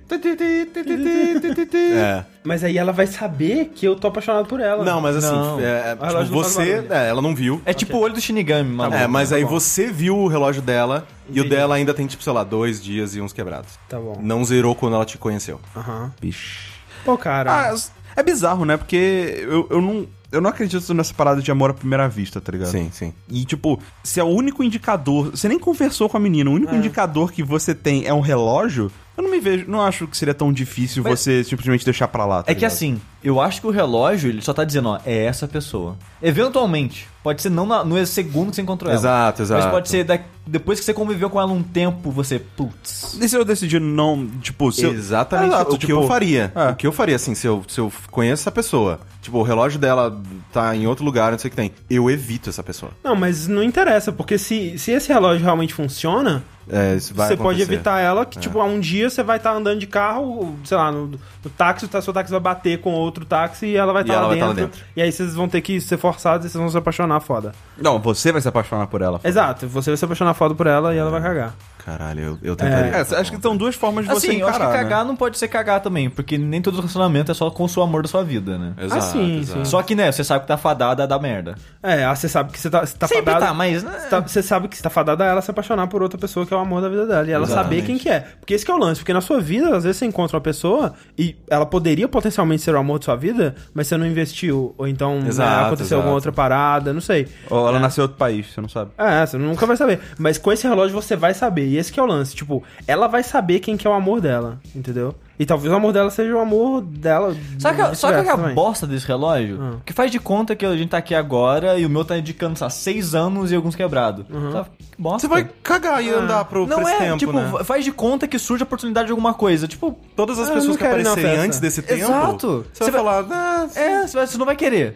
[SPEAKER 1] É.
[SPEAKER 2] Mas aí ela vai saber que eu tô apaixonado por ela.
[SPEAKER 1] Não, mas assim,
[SPEAKER 3] Não.
[SPEAKER 1] é, é,
[SPEAKER 2] A relógio
[SPEAKER 1] tipo,
[SPEAKER 2] não faz
[SPEAKER 1] você.
[SPEAKER 2] barulho.
[SPEAKER 1] é, ela não viu.
[SPEAKER 3] É tipo o olho do Shinigami, mano.
[SPEAKER 1] É, mas aí você viu o relógio dela e o
[SPEAKER 2] Entendi.
[SPEAKER 1] dela ainda tem, tipo, sei lá, dois dias e uns quebrados.
[SPEAKER 2] Tá bom.
[SPEAKER 1] Não zerou quando ela te conheceu.
[SPEAKER 2] Aham.
[SPEAKER 4] Bicho.
[SPEAKER 2] Pô, cara.
[SPEAKER 4] Ah, é bizarro, né? Porque eu, eu não. eu- eu não acredito nessa parada de amor à primeira vista, tá ligado?
[SPEAKER 1] Sim, sim.
[SPEAKER 4] E, tipo, se é o único indicador. Você nem conversou com a menina, o único indicador que você tem é um relógio. Eu não me vejo. Não acho que seria tão difícil
[SPEAKER 3] Mas-
[SPEAKER 4] você simplesmente deixar pra lá. tá
[SPEAKER 3] É que
[SPEAKER 4] ligado?
[SPEAKER 3] assim, eu acho que o relógio, ele só tá dizendo, ó, é essa pessoa. Eventualmente, pode ser não na- no segundo que você encontrou ela.
[SPEAKER 1] Exato, exato.
[SPEAKER 3] Mas pode ser da- depois que você conviveu com ela um tempo, você, putz.
[SPEAKER 4] E assim, se eu decidir não. Tipo, se eu-
[SPEAKER 1] Exatamente
[SPEAKER 4] Exato,
[SPEAKER 1] o que
[SPEAKER 4] tipo,
[SPEAKER 1] eu faria.
[SPEAKER 4] é.
[SPEAKER 1] O que eu faria, assim, se eu, se eu conheço essa pessoa, tipo, o relógio dela tá em outro lugar, não sei o que tem, eu evito essa pessoa.
[SPEAKER 2] Não, mas não interessa, porque se, se esse relógio realmente funciona,
[SPEAKER 1] É, isso vai
[SPEAKER 2] você pode
[SPEAKER 1] acontecer. É.
[SPEAKER 2] evitar ela, que, tipo, um dia você vai estar andando de carro, sei lá, no, no táxi, o tá- seu táxi vai bater com outro táxi e ela vai
[SPEAKER 1] E
[SPEAKER 2] estar
[SPEAKER 1] ela
[SPEAKER 2] lá,
[SPEAKER 1] vai tá lá
[SPEAKER 2] dentro, E aí vocês vão ter que ser forçados e vocês vão se apaixonar foda.
[SPEAKER 4] Não, você vai se apaixonar por ela.
[SPEAKER 2] Exato, você vai se apaixonar foda por ela e ela vai cagar.
[SPEAKER 1] Caralho, eu, eu tentaria.
[SPEAKER 4] É, acho que são duas formas de você
[SPEAKER 3] Assim, eu acho que
[SPEAKER 4] encarar, né?
[SPEAKER 3] cagar não pode ser cagar também, porque nem todo relacionamento é só com o amor da sua vida, né?
[SPEAKER 1] Exato,
[SPEAKER 2] Ah, sim,
[SPEAKER 1] exato.
[SPEAKER 2] sim.
[SPEAKER 3] Só que, né, você sabe que tá fadada a dar merda.
[SPEAKER 2] É, ah, você sabe que você tá, você tá
[SPEAKER 3] Sempre
[SPEAKER 2] fadado.
[SPEAKER 3] tá, mas... né?
[SPEAKER 2] Você tá- Você sabe que você tá fadada a ela se apaixonar por outra pessoa que é o amor da vida dela. E ela
[SPEAKER 1] Exatamente.
[SPEAKER 2] saber quem que é. Porque esse que é o lance. Porque na sua vida, às vezes você encontra uma pessoa e ela poderia potencialmente ser o amor de sua vida, mas você não investiu. Ou então né,
[SPEAKER 1] Exato,
[SPEAKER 2] aconteceu
[SPEAKER 1] exato.
[SPEAKER 2] alguma outra parada, não sei.
[SPEAKER 4] Ou
[SPEAKER 3] É.
[SPEAKER 4] ela nasceu em outro país, você não sabe.
[SPEAKER 2] É, você nunca vai saber. Mas com esse relógio você vai saber. E esse que é o lance. Tipo, ela vai saber quem que é o amor dela, entendeu? E talvez o amor dela seja o amor dela.
[SPEAKER 3] Sabe que, sabe que é Ah. a
[SPEAKER 2] também.
[SPEAKER 3] bosta desse relógio? Que faz de conta que a gente tá aqui agora e o meu tá indicando, sei lá, seis anos e alguns quebrado. Sabe? Que bosta.
[SPEAKER 1] Você vai
[SPEAKER 2] Tipo,
[SPEAKER 1] cagar e
[SPEAKER 2] ah.
[SPEAKER 1] andar pro,
[SPEAKER 3] Uhum. Não
[SPEAKER 1] pra
[SPEAKER 3] é,
[SPEAKER 1] esse tempo,
[SPEAKER 3] tipo,
[SPEAKER 1] né?
[SPEAKER 3] faz de conta que surge a oportunidade de alguma coisa. Tipo,
[SPEAKER 1] Todas as
[SPEAKER 2] Ah, eu
[SPEAKER 1] pessoas
[SPEAKER 2] não
[SPEAKER 1] que
[SPEAKER 2] quero ir na
[SPEAKER 1] aparecerem
[SPEAKER 2] festa.
[SPEAKER 1] antes desse tempo,
[SPEAKER 3] Exato.
[SPEAKER 1] você,
[SPEAKER 3] Você
[SPEAKER 1] vai falar, ah,
[SPEAKER 3] é, você vai- você não vai querer.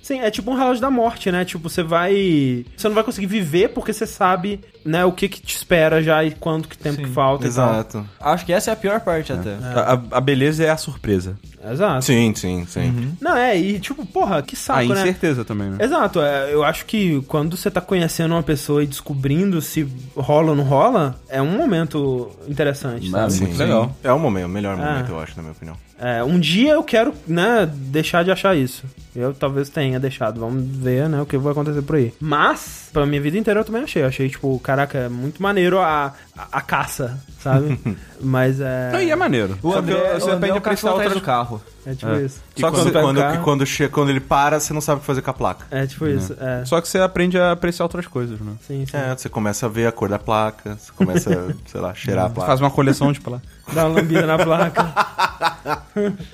[SPEAKER 2] Sim, é tipo um relógio da morte, né? Tipo, você vai. Você não vai conseguir viver porque você sabe, né, o que, que te espera já e quanto que tempo
[SPEAKER 3] Sim.
[SPEAKER 2] que falta. e
[SPEAKER 1] Exato.
[SPEAKER 3] Acho que essa é a pior parte até.
[SPEAKER 4] A, a- a beleza é a surpresa.
[SPEAKER 2] tal. Exato.
[SPEAKER 1] Sim, sim, sim.
[SPEAKER 2] Não, é, e tipo, porra, que saco, né?
[SPEAKER 4] a Ah, incerteza também, né?
[SPEAKER 2] Exato, é, eu acho que quando você tá conhecendo uma pessoa e descobrindo se rola ou não rola, é um momento interessante. sabe?
[SPEAKER 4] Mas-
[SPEAKER 1] Sim,
[SPEAKER 4] Ah, Muito legal.
[SPEAKER 1] sim. É o momento, o melhor
[SPEAKER 2] Ah.
[SPEAKER 1] momento, eu acho, na minha opinião.
[SPEAKER 2] É, um dia eu quero, né, deixar de achar isso. Eu talvez tenha deixado, vamos ver, né, o que vai acontecer por aí. Mas, pra minha vida inteira eu também achei. Eu achei, tipo, caraca, é muito maneiro a, a, a caça, sabe? Mas é.
[SPEAKER 4] Então, e é maneiro.
[SPEAKER 3] O
[SPEAKER 4] Só que
[SPEAKER 3] André,
[SPEAKER 4] eu-
[SPEAKER 3] o André é o
[SPEAKER 4] apreciar
[SPEAKER 3] cachorro atrás
[SPEAKER 4] outras-
[SPEAKER 3] do carro.
[SPEAKER 2] É tipo
[SPEAKER 4] É.
[SPEAKER 2] isso.
[SPEAKER 1] E Só
[SPEAKER 2] Quando
[SPEAKER 1] quando,
[SPEAKER 2] pega o
[SPEAKER 1] quando,
[SPEAKER 2] carro-
[SPEAKER 1] quando, che- quando ele para, você não sabe o que fazer com a placa.
[SPEAKER 2] É tipo isso,
[SPEAKER 1] Uhum.
[SPEAKER 2] é.
[SPEAKER 4] Só que você aprende a apreciar outras coisas, né?
[SPEAKER 2] Sim, sim.
[SPEAKER 1] É, você começa a ver a cor da placa, você começa, a, sei lá, cheirar a
[SPEAKER 2] Uhum.
[SPEAKER 4] Você
[SPEAKER 1] placa.
[SPEAKER 4] faz uma coleção tipo, de placa.
[SPEAKER 2] Dá uma lambida na placa.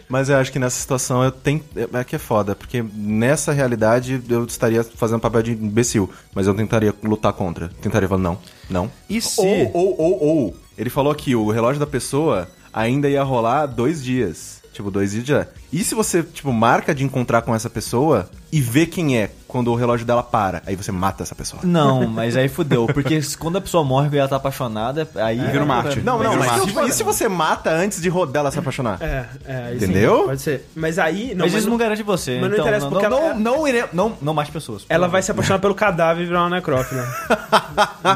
[SPEAKER 1] Mas eu acho que nessa situação eu tenho. É que é foda, porque nessa realidade eu estaria fazendo papel de imbecil. Mas eu tentaria lutar contra. Tentaria falar, não, não.
[SPEAKER 4] E se...
[SPEAKER 1] Ou, ou, ou, ou. Ele falou aqui, o relógio da pessoa ainda ia rolar dois dias. Tipo, dois dias já. E se você, tipo, marca de encontrar com essa pessoa e vê quem é quando o relógio dela para? Aí você mata essa pessoa.
[SPEAKER 3] Não, mas aí fudeu. Porque quando a pessoa morre e ela tá apaixonada, aí.
[SPEAKER 4] Vira uma arte.
[SPEAKER 1] Não, não,
[SPEAKER 4] Vira um uma
[SPEAKER 1] mas
[SPEAKER 4] arte.
[SPEAKER 1] se- e se você mata antes de ro- dela se apaixonar?
[SPEAKER 2] É, é. aí sim,
[SPEAKER 1] Entendeu?
[SPEAKER 2] pode ser. Mas aí. Não,
[SPEAKER 3] Mas isso
[SPEAKER 2] mas
[SPEAKER 3] não garante você.
[SPEAKER 2] mas não
[SPEAKER 3] então,
[SPEAKER 2] interessa,
[SPEAKER 3] não,
[SPEAKER 2] porque
[SPEAKER 3] não,
[SPEAKER 2] ela-
[SPEAKER 3] não, não, ire- não, não mate pessoas.
[SPEAKER 2] Ela vai se apaixonar pelo cadáver e virar uma necrófila.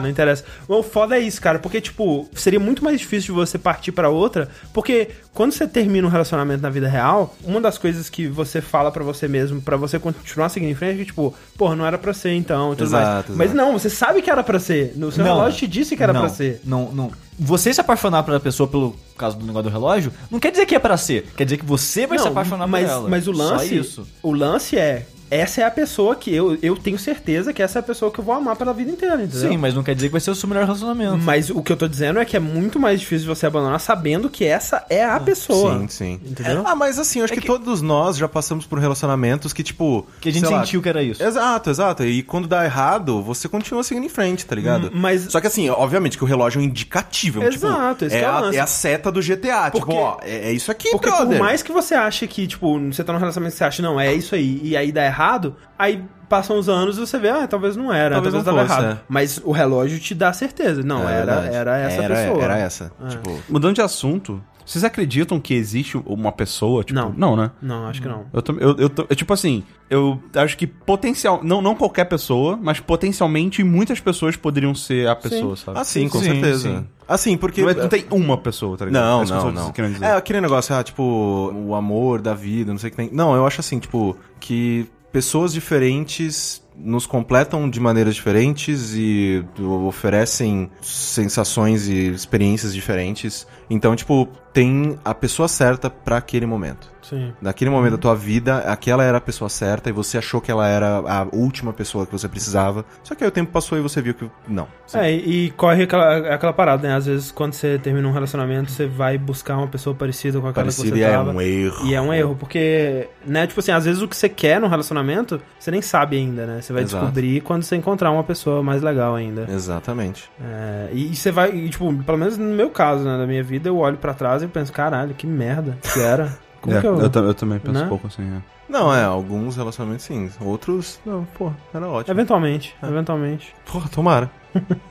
[SPEAKER 2] não interessa. O foda é isso, cara, porque, tipo, seria muito mais difícil de você partir pra outra, porque quando você termina um relacionamento na vida real, uma das coisas que você fala pra você mesmo, pra você continuar seguindo em frente, é que, tipo, porra, não era pra ser então e tudo
[SPEAKER 1] Exato,
[SPEAKER 2] mais.
[SPEAKER 1] exato.
[SPEAKER 2] Mas não, você sabe que era pra ser. No seu
[SPEAKER 3] Não.
[SPEAKER 2] relógio te disse que era
[SPEAKER 3] não,
[SPEAKER 2] pra ser.
[SPEAKER 3] Não, não. Você se apaixonar pela pessoa pelo caso do negócio do relógio, não quer dizer que é pra ser. Quer dizer que você vai
[SPEAKER 2] Não,
[SPEAKER 3] se apaixonar
[SPEAKER 2] mas,
[SPEAKER 3] por ela.
[SPEAKER 2] Mas o lance.
[SPEAKER 3] Só isso.
[SPEAKER 2] O lance é. Essa é a pessoa que eu, eu tenho certeza que essa é a pessoa que eu vou amar pela vida inteira, entendeu? Hum,
[SPEAKER 3] Sim, mas não quer dizer que vai ser o seu melhor relacionamento.
[SPEAKER 2] Mas o que eu tô dizendo é que é muito mais difícil você abandonar sabendo que essa é a pessoa.
[SPEAKER 1] Sim, sim.
[SPEAKER 2] Entendeu?
[SPEAKER 1] Ah, mas assim, eu acho que, todos nós já passamos por relacionamentos que, tipo.
[SPEAKER 3] Que a gente
[SPEAKER 1] sei lá,
[SPEAKER 3] sentiu que era isso.
[SPEAKER 1] Exato, exato. E quando dá errado, você continua seguindo em frente, tá ligado?
[SPEAKER 2] Hum, mas-
[SPEAKER 1] Só que assim, obviamente que o relógio é um indicativo. é um, tipo,
[SPEAKER 2] Exato, esse
[SPEAKER 1] é,
[SPEAKER 2] que é o
[SPEAKER 1] a,
[SPEAKER 2] lance.
[SPEAKER 1] é a seta do GTA. Tipo,
[SPEAKER 2] Porque-
[SPEAKER 1] ó, é, é isso aqui,
[SPEAKER 2] Porque
[SPEAKER 1] brother.
[SPEAKER 2] por mais que você ache que, tipo, você tá num relacionamento que você acha, não, é isso aí, e aí dá errado, aí passam os anos e você vê, ah, talvez não era,
[SPEAKER 1] Talvez
[SPEAKER 2] talvez,
[SPEAKER 1] não
[SPEAKER 2] tava
[SPEAKER 1] fosse,
[SPEAKER 2] errado.
[SPEAKER 1] é.
[SPEAKER 2] Mas o relógio te dá certeza. Não,
[SPEAKER 1] É
[SPEAKER 2] era,
[SPEAKER 1] verdade.
[SPEAKER 2] era essa
[SPEAKER 1] Era-
[SPEAKER 2] pessoa. É.
[SPEAKER 1] Era essa. Tipo.
[SPEAKER 4] Mudando de assunto, vocês acreditam que existe uma pessoa, tipo...
[SPEAKER 2] Não.
[SPEAKER 4] Não, né?
[SPEAKER 2] Não, acho que não.
[SPEAKER 1] Hum.
[SPEAKER 4] Eu, tam- eu, eu, tam- eu, tipo assim, eu acho que potencial, não, não qualquer pessoa, mas potencialmente muitas pessoas poderiam ser a pessoa, sabe?
[SPEAKER 1] Assim, com certeza.
[SPEAKER 4] Ah, sim.
[SPEAKER 1] Assim, porque.
[SPEAKER 4] Não, é- não tem uma pessoa, tá ligado? É
[SPEAKER 1] Não,
[SPEAKER 4] isso que eu
[SPEAKER 1] não,
[SPEAKER 4] tô
[SPEAKER 1] não.
[SPEAKER 4] querendo dizer.
[SPEAKER 1] É aquele negócio, ah, tipo, o amor da vida, não sei o que tem. Não, eu acho assim, tipo, que pessoas diferentes nos completam de maneiras diferentes e do- oferecem sensações e experiências diferentes. Então, tipo, tem a pessoa certa pra aquele momento.
[SPEAKER 2] Sim.
[SPEAKER 1] Naquele momento da tua vida, aquela era a pessoa certa e você achou que ela era a última pessoa que você precisava. Só que aí o tempo passou e você viu que não.
[SPEAKER 2] É, e, e corre aquela, aquela parada, né? Às vezes, quando você termina um relacionamento, você vai buscar uma pessoa parecida com aquela
[SPEAKER 1] Parecido
[SPEAKER 2] que
[SPEAKER 1] e
[SPEAKER 2] você
[SPEAKER 1] é
[SPEAKER 2] tava.
[SPEAKER 1] um erro.
[SPEAKER 2] E é um erro, porque, né, tipo assim, às vezes o que você quer num relacionamento, você nem sabe ainda, né? Você vai
[SPEAKER 1] Exato.
[SPEAKER 2] descobrir quando você encontrar uma pessoa mais legal ainda.
[SPEAKER 1] Exatamente.
[SPEAKER 2] É, e, e você vai, e, tipo, pelo menos no meu caso, né, na minha vida, eu olho pra trás e penso, caralho, que merda que era. Como
[SPEAKER 4] É,
[SPEAKER 2] que eu...
[SPEAKER 4] eu, ta- eu também penso
[SPEAKER 2] né?
[SPEAKER 4] um pouco assim, é.
[SPEAKER 1] Não, é, alguns relacionamentos sim. Outros, não, pô,
[SPEAKER 2] É
[SPEAKER 1] era ótimo.
[SPEAKER 2] Eventualmente, eventualmente.
[SPEAKER 1] Porra, tomara.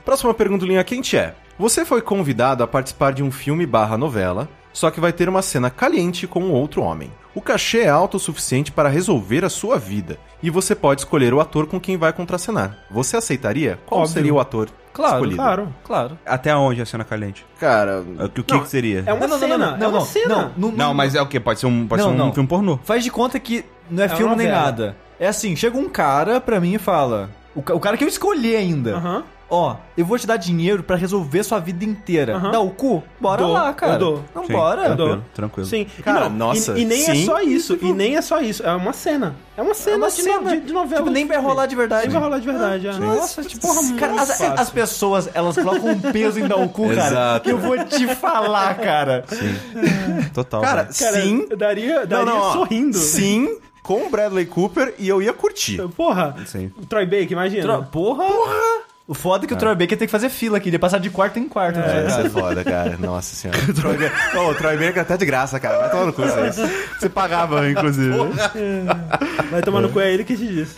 [SPEAKER 1] Próxima pergunta do linha quente é: Você foi convidado a participar de um filme barra novela, só que vai ter uma cena caliente com um outro homem. O cachê é alto o suficiente para resolver a sua vida, e você pode escolher o ator com quem vai contracenar. Você aceitaria? Qual
[SPEAKER 2] Óbvio.
[SPEAKER 1] seria o ator
[SPEAKER 3] Claro,
[SPEAKER 1] escolhido?
[SPEAKER 2] Claro.
[SPEAKER 3] Claro.
[SPEAKER 4] Até onde a cena caliente?
[SPEAKER 1] Cara,
[SPEAKER 4] O que, o que que seria?
[SPEAKER 2] É uma cena, é uma cena.
[SPEAKER 3] Não,
[SPEAKER 4] Não, mas é o quê? Pode ser um, pode
[SPEAKER 3] Não,
[SPEAKER 4] ser um
[SPEAKER 3] não.
[SPEAKER 4] filme pornô.
[SPEAKER 3] Faz de conta que não é,
[SPEAKER 2] É uma
[SPEAKER 3] filme nem
[SPEAKER 2] novela.
[SPEAKER 3] nada. É assim, chega um cara pra mim e fala. O, ca- o cara que eu escolhi ainda.
[SPEAKER 2] Aham.
[SPEAKER 3] Ó, eu vou te dar dinheiro pra resolver sua vida inteira.
[SPEAKER 2] Aham.
[SPEAKER 3] Dá o cu? Bora
[SPEAKER 2] Dou,
[SPEAKER 3] lá,
[SPEAKER 2] eu
[SPEAKER 3] cara.
[SPEAKER 2] dou.
[SPEAKER 3] Não
[SPEAKER 4] Sim,
[SPEAKER 3] bora.
[SPEAKER 2] dou.
[SPEAKER 4] Tranquilo, tranquilo.
[SPEAKER 2] Sim.
[SPEAKER 1] Cara,
[SPEAKER 2] e não,
[SPEAKER 1] nossa,
[SPEAKER 2] E, e nem
[SPEAKER 1] sim.
[SPEAKER 2] é só isso. E nem é só isso. É uma cena. É uma cena,
[SPEAKER 3] uma
[SPEAKER 2] de,
[SPEAKER 3] cena.
[SPEAKER 2] no- de novela.
[SPEAKER 3] Tipo,
[SPEAKER 2] de
[SPEAKER 3] nem vai
[SPEAKER 2] filme.
[SPEAKER 3] rolar de verdade.
[SPEAKER 2] Nem vai rolar de verdade. é.
[SPEAKER 3] Nossa, tipo, cara,
[SPEAKER 2] muito
[SPEAKER 3] as, as
[SPEAKER 2] fácil.
[SPEAKER 3] pessoas, elas colocam um peso em dar o cu, cara.
[SPEAKER 1] Exato.
[SPEAKER 3] Que eu vou te falar, cara.
[SPEAKER 4] Total.
[SPEAKER 1] cara,
[SPEAKER 2] Cara,
[SPEAKER 1] sim.
[SPEAKER 2] eu daria, daria
[SPEAKER 1] ó,
[SPEAKER 2] sorrindo.
[SPEAKER 1] Sim, com Bradley Cooper e eu ia curtir.
[SPEAKER 2] Porra.
[SPEAKER 4] Sim.
[SPEAKER 2] O Troy Baker, imagina.
[SPEAKER 3] Tro- Porra. O foda é que o Troy Baker tem que fazer fila aqui. Ele ia passar de quarto em quarto. né,
[SPEAKER 1] É,
[SPEAKER 3] cara?
[SPEAKER 1] isso é foda, cara. Nossa senhora. O Troy Baker- Ô, o Troy Baker até de graça, cara. Vai tomar no cu isso. aí.
[SPEAKER 4] você pagava, inclusive.
[SPEAKER 2] Vai tomar no cu, é ele que te diz.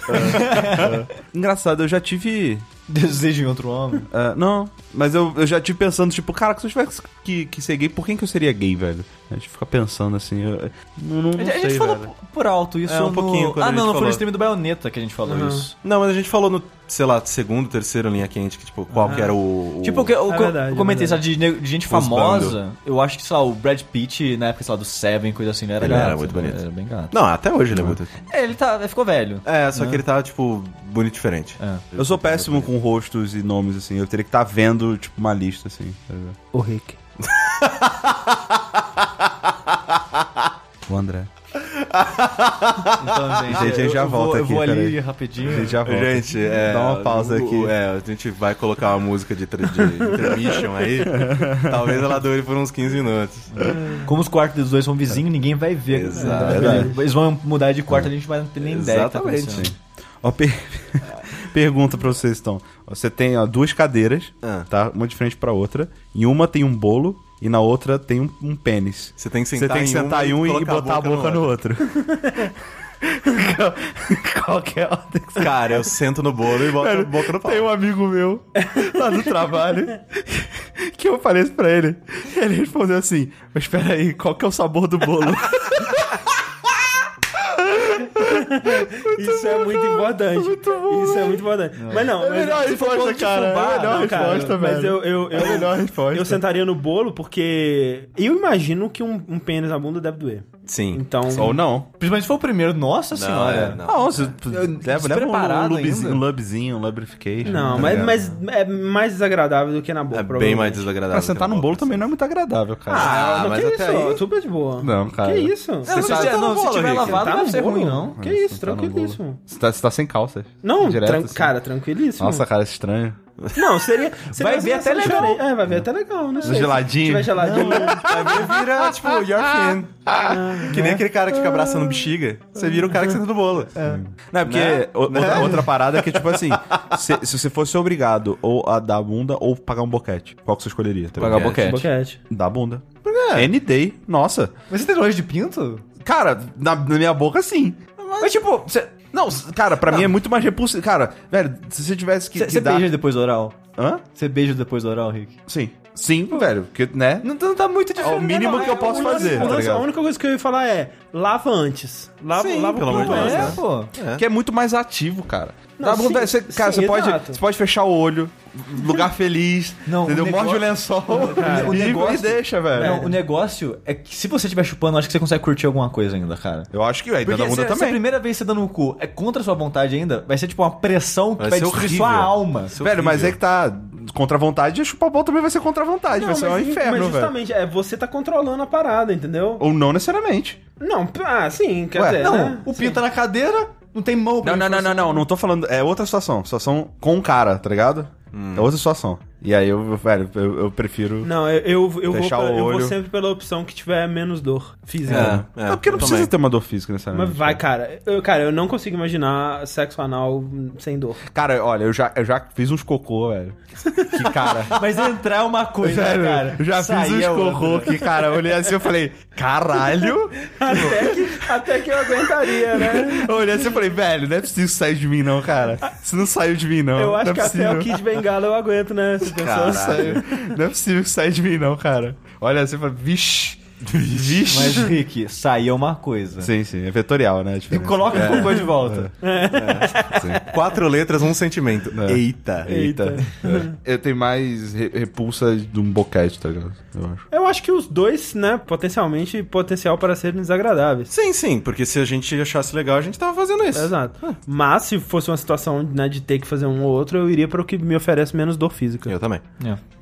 [SPEAKER 4] Engraçado, eu já tive.
[SPEAKER 3] Desejo em outro homem.
[SPEAKER 4] ah, não, mas eu, eu já tive pensando, tipo, cara, se eu tivesse que, que ser gay, por quem que eu seria gay, velho? A gente fica pensando assim, eu, não, não, não
[SPEAKER 3] A gente, a gente
[SPEAKER 4] sei,
[SPEAKER 3] falou
[SPEAKER 4] velho.
[SPEAKER 3] por- por alto isso
[SPEAKER 1] É, um
[SPEAKER 3] no-
[SPEAKER 1] pouquinho quando
[SPEAKER 3] Ah,
[SPEAKER 1] a gente
[SPEAKER 3] não, não foi
[SPEAKER 1] falou.
[SPEAKER 3] no stream do Bayonetta que a gente falou
[SPEAKER 2] Aham.
[SPEAKER 3] isso.
[SPEAKER 1] Não, mas a gente falou no, sei lá, segundo, terceiro linha quente, que tipo, qual que era o. o-
[SPEAKER 3] Tipo, eu, eu,
[SPEAKER 2] É verdade,
[SPEAKER 3] eu comentei,
[SPEAKER 2] é
[SPEAKER 3] sabe, de, ne- de gente
[SPEAKER 1] Os
[SPEAKER 3] famosa. Eu acho que, sei lá, o Brad Pitt, na época, sei lá, do Seven, coisa assim, né? Era
[SPEAKER 1] Ele era
[SPEAKER 3] gato,
[SPEAKER 1] muito
[SPEAKER 3] né?
[SPEAKER 1] bonito.
[SPEAKER 3] Era bem gato.
[SPEAKER 1] Não, até hoje ele é muito.
[SPEAKER 3] É, ele tá, ele ficou velho.
[SPEAKER 1] É, só que ele tá, tipo, bonito e diferente.
[SPEAKER 3] É.
[SPEAKER 4] Ah. Eu sou péssimo com rostos e nomes, assim. Eu teria que estar vendo, tipo, uma lista, assim. tá ligado?
[SPEAKER 2] O Rick.
[SPEAKER 4] O André.
[SPEAKER 3] Então, gente,
[SPEAKER 4] Gente, a gente
[SPEAKER 3] eu-
[SPEAKER 4] já
[SPEAKER 3] eu vou-
[SPEAKER 4] volta
[SPEAKER 3] Eu
[SPEAKER 4] aqui,
[SPEAKER 3] vou ali
[SPEAKER 4] peraí.
[SPEAKER 3] rapidinho.
[SPEAKER 4] A gente já volta.
[SPEAKER 1] Gente, é.
[SPEAKER 4] Dá uma pausa
[SPEAKER 1] o-
[SPEAKER 4] aqui.
[SPEAKER 1] o- É, a gente vai colocar uma música de, tra- de intermission aí. Talvez ela dure por uns 15 minutos.
[SPEAKER 3] Como os quartos dos dois são vizinhos, ninguém vai ver.
[SPEAKER 1] Exato.
[SPEAKER 3] Eles-
[SPEAKER 1] Verdade.
[SPEAKER 3] Eles vão mudar de quarto, a gente vai não ter nem ideia. do que tá
[SPEAKER 1] Exatamente.
[SPEAKER 3] acontecendo.
[SPEAKER 4] Ó, per- Pergunta pra vocês, então. Você tem ó, duas cadeiras,
[SPEAKER 1] Ah.
[SPEAKER 4] tá? Uma de frente pra outra. Em uma tem um bolo e na outra tem um, um pênis.
[SPEAKER 1] Você tem que
[SPEAKER 4] Você
[SPEAKER 1] sentar
[SPEAKER 4] tem que
[SPEAKER 1] em um
[SPEAKER 4] sentar em um e, botar a boca no outro. Qual que é a ordem que você
[SPEAKER 1] Cara, eu sento no bolo e boto a boca no pau.
[SPEAKER 4] Tem um amigo meu lá do trabalho que eu falei isso pra ele. Ele respondeu assim: Mas espera aí, qual que é o sabor do bolo?
[SPEAKER 2] Isso é muito importante. Isso é muito importante. Mas não,
[SPEAKER 4] É a
[SPEAKER 2] mas- tipo,
[SPEAKER 4] melhor
[SPEAKER 2] se for
[SPEAKER 4] resposta,
[SPEAKER 2] bolo de
[SPEAKER 4] cara, é a melhor
[SPEAKER 2] não, cara,
[SPEAKER 4] resposta,
[SPEAKER 2] Mas
[SPEAKER 4] velho.
[SPEAKER 2] eu, eu,
[SPEAKER 4] É a
[SPEAKER 2] eu-
[SPEAKER 4] melhor resposta.
[SPEAKER 2] Eu sentaria no bolo porque eu imagino que um, um pênis na bunda deve doer.
[SPEAKER 1] Sim.
[SPEAKER 2] Então,
[SPEAKER 4] Ou não.
[SPEAKER 3] Principalmente se for o primeiro, nossa senhora.
[SPEAKER 1] é, não.
[SPEAKER 4] Não, você leva, leva um
[SPEAKER 3] despreparado
[SPEAKER 4] lubzinho, um
[SPEAKER 3] ainda.
[SPEAKER 4] lubzinho, um lubrification.
[SPEAKER 2] não,
[SPEAKER 4] tá
[SPEAKER 2] mas,
[SPEAKER 4] ligado?
[SPEAKER 2] mas é mais desagradável do que na boca,
[SPEAKER 1] É bem mais desagradável.
[SPEAKER 4] Pra
[SPEAKER 1] que
[SPEAKER 4] sentar
[SPEAKER 1] na
[SPEAKER 4] no bolo
[SPEAKER 1] boca,
[SPEAKER 4] também não é muito agradável, cara.
[SPEAKER 2] Ah,
[SPEAKER 1] Ah,
[SPEAKER 2] não,
[SPEAKER 1] mas até
[SPEAKER 2] que isso?
[SPEAKER 1] aí-
[SPEAKER 2] Super de boa.
[SPEAKER 4] Não, cara.
[SPEAKER 2] Que isso?
[SPEAKER 3] Não, se
[SPEAKER 1] Você
[SPEAKER 3] tiver-
[SPEAKER 1] tá no
[SPEAKER 3] não, se
[SPEAKER 1] bolo,
[SPEAKER 3] tiver
[SPEAKER 1] Rick.
[SPEAKER 3] lavado, não
[SPEAKER 2] Tá
[SPEAKER 3] deve ser
[SPEAKER 2] no
[SPEAKER 3] ruim,
[SPEAKER 2] bolo?
[SPEAKER 3] não.
[SPEAKER 2] Que isso,
[SPEAKER 4] Sentar no bolo.
[SPEAKER 2] tranquilíssimo.
[SPEAKER 4] Você tá, você tá sem calça.
[SPEAKER 2] Não,
[SPEAKER 4] Direto,
[SPEAKER 2] tran-
[SPEAKER 4] assim.
[SPEAKER 2] cara, tranquilíssimo.
[SPEAKER 4] Nossa, cara, é estranho.
[SPEAKER 2] Não, seria. seria
[SPEAKER 3] Vai
[SPEAKER 2] uma
[SPEAKER 3] ver até
[SPEAKER 2] sensação
[SPEAKER 3] legal.
[SPEAKER 2] diferente. É, vai ver até legal, não sei. Se
[SPEAKER 4] geladinho.
[SPEAKER 2] tiver geladinho. né?
[SPEAKER 1] Aí vira, tipo, your friend. que nem aquele cara que fica abraçando bexiga. Você vira o cara que senta no bolo.
[SPEAKER 4] Não, é porque
[SPEAKER 1] Né?
[SPEAKER 4] o- Outra, outra parada é que, tipo assim, se, se você fosse obrigado ou a dar a bunda ou pagar um boquete, qual que você escolheria? Tá
[SPEAKER 3] Pagar
[SPEAKER 4] ligado?
[SPEAKER 3] boquete.
[SPEAKER 2] Boquete.
[SPEAKER 4] Dar a bunda. N-Day, nossa.
[SPEAKER 3] Mas você tem nojo de pinto?
[SPEAKER 4] Cara, na, na minha boca, sim.
[SPEAKER 3] Mas tipo, você
[SPEAKER 4] Não, s- cara, pra mim é muito mais repulsivo. Cara, velho, se você tivesse que, que
[SPEAKER 3] você beija depois do oral?
[SPEAKER 4] Hã?
[SPEAKER 3] Você beija depois do oral, Rick?
[SPEAKER 4] Sim. Sim, velho, porque, né?
[SPEAKER 3] Não, tá- não tá muito diferente.
[SPEAKER 4] É o mínimo
[SPEAKER 1] né?
[SPEAKER 3] não.
[SPEAKER 4] que eu posso fazer,
[SPEAKER 2] O
[SPEAKER 4] tá
[SPEAKER 2] lance- a
[SPEAKER 4] ligado?
[SPEAKER 2] única coisa que eu ia falar é lava antes. Lava,
[SPEAKER 1] Sim,
[SPEAKER 2] lava um
[SPEAKER 1] pelo amor de
[SPEAKER 2] antes.
[SPEAKER 1] Deus,
[SPEAKER 3] É,
[SPEAKER 1] né?
[SPEAKER 3] pô.
[SPEAKER 4] Que é muito mais ativo, cara.
[SPEAKER 2] Não,
[SPEAKER 4] Dá a bunda,
[SPEAKER 2] sim,
[SPEAKER 4] você, cara,
[SPEAKER 2] sim,
[SPEAKER 4] você, pode,
[SPEAKER 2] exato.
[SPEAKER 4] você pode fechar o olho, lugar feliz,
[SPEAKER 3] Não,
[SPEAKER 4] entendeu?
[SPEAKER 3] o
[SPEAKER 4] Morde o
[SPEAKER 3] negócio-
[SPEAKER 4] lençol
[SPEAKER 3] cara, o
[SPEAKER 4] e, e
[SPEAKER 3] negócio-
[SPEAKER 4] deixa, velho.
[SPEAKER 3] Não, o negócio é que se você estiver chupando, eu acho que você consegue curtir alguma coisa ainda, cara.
[SPEAKER 4] Eu acho que é,
[SPEAKER 3] Porque
[SPEAKER 4] da
[SPEAKER 3] se,
[SPEAKER 4] bunda
[SPEAKER 3] se a
[SPEAKER 4] também.
[SPEAKER 3] primeira vez que você dando no cu é contra a sua vontade ainda, vai ser tipo uma pressão que vai,
[SPEAKER 1] Vai ser
[SPEAKER 3] destruir
[SPEAKER 1] horrível.
[SPEAKER 3] sua alma.
[SPEAKER 1] Isso é
[SPEAKER 4] Velho, mas é
[SPEAKER 1] horrível.
[SPEAKER 4] que tá contra a vontade, e chupar bola também vai ser contra a vontade, vai ser um inferno,
[SPEAKER 2] mas
[SPEAKER 4] velho.
[SPEAKER 2] justamente, é, você tá controlando a parada, entendeu?
[SPEAKER 4] Ou não necessariamente.
[SPEAKER 2] Não, p- ah, sim, quer
[SPEAKER 4] Ué,
[SPEAKER 2] dizer,
[SPEAKER 3] Não,
[SPEAKER 2] né?
[SPEAKER 3] o Pinho tá na cadeira, não tem mão pra
[SPEAKER 4] Não,
[SPEAKER 3] ele
[SPEAKER 4] não, não,
[SPEAKER 3] fazer-
[SPEAKER 4] não, não, não tô falando. É outra situação. Situação com o cara, tá ligado?
[SPEAKER 1] Hum.
[SPEAKER 4] É outra situação. E aí eu, eu- velho, eu, eu prefiro. Não,
[SPEAKER 2] Não, eu, eu, eu, vou,
[SPEAKER 4] Fechar
[SPEAKER 2] pela-
[SPEAKER 4] o
[SPEAKER 2] eu vou
[SPEAKER 4] olho.
[SPEAKER 2] sempre pela opção que tiver menos dor física.
[SPEAKER 1] É, é,
[SPEAKER 4] porque não
[SPEAKER 1] eu
[SPEAKER 4] precisa
[SPEAKER 1] também.
[SPEAKER 4] ter uma dor física né,
[SPEAKER 2] Mas
[SPEAKER 4] necessariamente.
[SPEAKER 2] vai, cara. Eu, cara, eu não consigo imaginar sexo anal sem dor.
[SPEAKER 4] Cara, olha, eu já, eu já fiz uns cocô, velho. Que cara.
[SPEAKER 3] Mas entrar é uma coisa,
[SPEAKER 4] Sério,
[SPEAKER 3] cara.
[SPEAKER 4] eu já
[SPEAKER 3] Sair
[SPEAKER 4] fiz uns
[SPEAKER 3] é outra.
[SPEAKER 4] cocô que, cara, eu olhei assim eu falei, caralho.
[SPEAKER 2] Até que, até que eu aguentaria, né?
[SPEAKER 4] Eu olhei assim e falei, velho, não é possível que saia de mim, não, cara. Isso não saiu de mim, não.
[SPEAKER 2] Eu acho
[SPEAKER 4] não é
[SPEAKER 2] que até o Kid Bengala eu aguento, né? Se
[SPEAKER 4] Não,
[SPEAKER 2] pensar.
[SPEAKER 4] saiu. não é possível que saia de mim, não, cara. Olha assim e falei, vixe. Vixe.
[SPEAKER 3] Mas, Rick, sair é uma coisa.
[SPEAKER 4] Sim, sim, é vetorial, né?
[SPEAKER 3] E
[SPEAKER 4] Tipo,
[SPEAKER 3] coloca o cocô de volta.
[SPEAKER 1] Quatro letras, um sentimento.
[SPEAKER 4] É.
[SPEAKER 1] Eita.
[SPEAKER 4] Eita. É. Eu tenho mais re- repulsa de um boquete, tá ligado? Eu acho.
[SPEAKER 2] Eu acho que os dois, né, potencialmente, potencial para serem desagradáveis.
[SPEAKER 1] Sim, sim, porque se a gente achasse legal, a gente tava fazendo isso.
[SPEAKER 2] Exato.
[SPEAKER 4] Ah.
[SPEAKER 2] Mas se fosse uma situação né, de ter que fazer um ou outro, eu iria para o que me oferece menos dor física.
[SPEAKER 1] Eu também.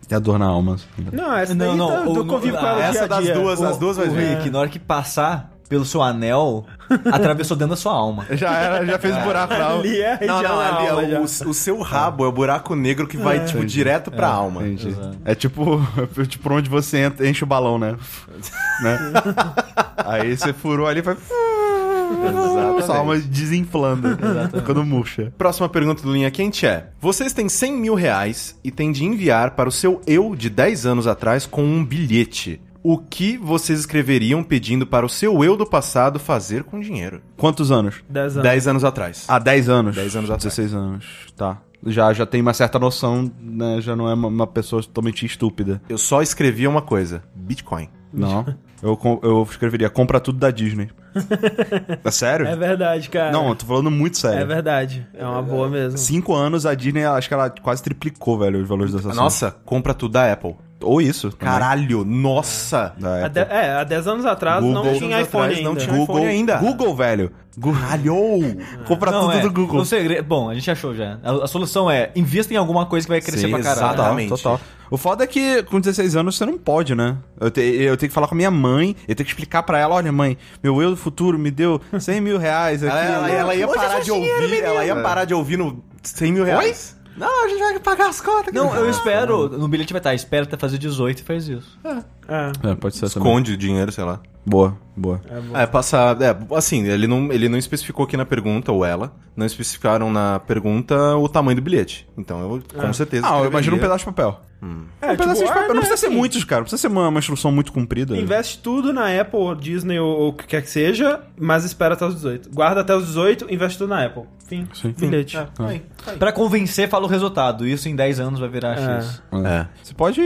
[SPEAKER 4] Tem a dor na alma. assim.
[SPEAKER 2] Não, essa
[SPEAKER 3] É. Não,
[SPEAKER 2] daí
[SPEAKER 3] não,
[SPEAKER 2] tá-
[SPEAKER 3] ou
[SPEAKER 2] eu
[SPEAKER 3] no-
[SPEAKER 2] convivo com ela
[SPEAKER 3] ah,
[SPEAKER 2] dia
[SPEAKER 1] essa
[SPEAKER 2] a
[SPEAKER 1] das
[SPEAKER 2] dia.
[SPEAKER 1] duas, as duas vai
[SPEAKER 3] o
[SPEAKER 1] ver.
[SPEAKER 3] Rick, na hora que passar pelo seu anel, atravessou dentro da sua alma.
[SPEAKER 4] Já era, já fez buraco na alma.
[SPEAKER 2] Ali é a
[SPEAKER 1] Não,
[SPEAKER 2] região É,
[SPEAKER 1] não,
[SPEAKER 2] da
[SPEAKER 1] ali
[SPEAKER 2] alma
[SPEAKER 1] é
[SPEAKER 2] já.
[SPEAKER 1] o, o seu rabo é o buraco negro que vai, tipo, direto pra alma.
[SPEAKER 4] Entendi. É tipo, é tipo onde você entra- enche o balão, né? Né? Aí você furou ali e vai.
[SPEAKER 1] Exatamente.
[SPEAKER 4] Sua alma desinflando, ficando murcha.
[SPEAKER 1] Próxima pergunta do Linha Quente é: Vocês têm 100 mil reais e têm de enviar para o seu eu de 10 anos atrás com um bilhete. O que vocês escreveriam pedindo para o seu eu do passado fazer com dinheiro?
[SPEAKER 4] Quantos anos?
[SPEAKER 2] Dez anos.
[SPEAKER 1] 10 anos atrás.
[SPEAKER 4] Ah, 10 anos.
[SPEAKER 1] 10 anos atrás.
[SPEAKER 4] 16 anos, tá. Já, já tem uma certa noção, né? Já não é uma, uma pessoa totalmente estúpida.
[SPEAKER 1] Eu só escrevia uma coisa: Bitcoin.
[SPEAKER 4] Não. Eu, com- eu escreveria, compra tudo da Disney. É sério?
[SPEAKER 2] É verdade, cara.
[SPEAKER 4] Não, eu tô falando muito
[SPEAKER 2] é
[SPEAKER 4] sério.
[SPEAKER 2] verdade. É uma boa mesmo.
[SPEAKER 4] Cinco anos, a Disney, acho que ela quase triplicou, velho, os valores
[SPEAKER 2] Assim.
[SPEAKER 4] dessa ação.
[SPEAKER 1] Nossa, compra tudo da Apple.
[SPEAKER 4] Ou isso. também.
[SPEAKER 1] Caralho, nossa!
[SPEAKER 4] Da
[SPEAKER 2] Há
[SPEAKER 4] Apple.
[SPEAKER 2] de- é, há 10 anos atrás não
[SPEAKER 1] Google.
[SPEAKER 2] tinha
[SPEAKER 1] Anos
[SPEAKER 2] iPhone
[SPEAKER 1] atrás
[SPEAKER 2] ainda.
[SPEAKER 1] não tinha.
[SPEAKER 4] Google,
[SPEAKER 1] iPhone ainda.
[SPEAKER 4] Google, velho. Ralhou. Compra
[SPEAKER 3] Não,
[SPEAKER 4] tudo
[SPEAKER 3] é,
[SPEAKER 4] do Google.
[SPEAKER 3] o segredo- bom, a gente achou já. A, a solução é, invista em alguma coisa que vai crescer
[SPEAKER 1] Sim,
[SPEAKER 3] pra caralho.
[SPEAKER 1] exatamente.
[SPEAKER 4] Total, total. O foda é que com 16 anos você não pode, né? Eu, te- eu tenho que falar com a minha mãe, eu tenho que explicar pra ela, olha mãe, meu eu do futuro me deu 100 mil reais aqui.
[SPEAKER 1] Ela, é, ela- ela ia
[SPEAKER 4] Onde
[SPEAKER 1] parar
[SPEAKER 4] esse
[SPEAKER 1] de
[SPEAKER 4] dinheiro,
[SPEAKER 1] ouvir.
[SPEAKER 4] menino?
[SPEAKER 1] Ela ia parar de ouvir no 100 mil reais. Não, a gente vai pagar as contas.
[SPEAKER 3] Não, eu espero, no bilhete vai estar, espero até fazer 18 e faz isso.
[SPEAKER 2] É.
[SPEAKER 4] É, pode ser também.
[SPEAKER 1] Esconde o dinheiro, sei lá.
[SPEAKER 4] Boa, boa.
[SPEAKER 1] Ah, É, passar. É, assim, ele não, ele não especificou aqui na pergunta, ou ela, não especificaram na pergunta o tamanho do bilhete. Então eu, com certeza.
[SPEAKER 4] Ah, eu
[SPEAKER 1] escreveria.
[SPEAKER 4] imagino um pedaço de papel.
[SPEAKER 2] É,
[SPEAKER 4] um pedaço
[SPEAKER 2] tipo,
[SPEAKER 4] de
[SPEAKER 2] ah,
[SPEAKER 4] papel. Não
[SPEAKER 2] né,
[SPEAKER 4] precisa ser
[SPEAKER 2] assim,
[SPEAKER 4] muitos, cara. Não precisa ser uma, uma instrução muito comprida.
[SPEAKER 2] Investe tudo na Apple, ou Disney ou ou o que quer que seja, mas espera até os 18. Guarda até os 18, investe tudo na Apple. Fim. É.
[SPEAKER 4] Sim.
[SPEAKER 2] Bilhete.
[SPEAKER 4] Ah.
[SPEAKER 3] Pra convencer, fala o resultado. Isso em 10 anos vai virar
[SPEAKER 2] É.
[SPEAKER 3] X.
[SPEAKER 1] É.
[SPEAKER 4] Você pode.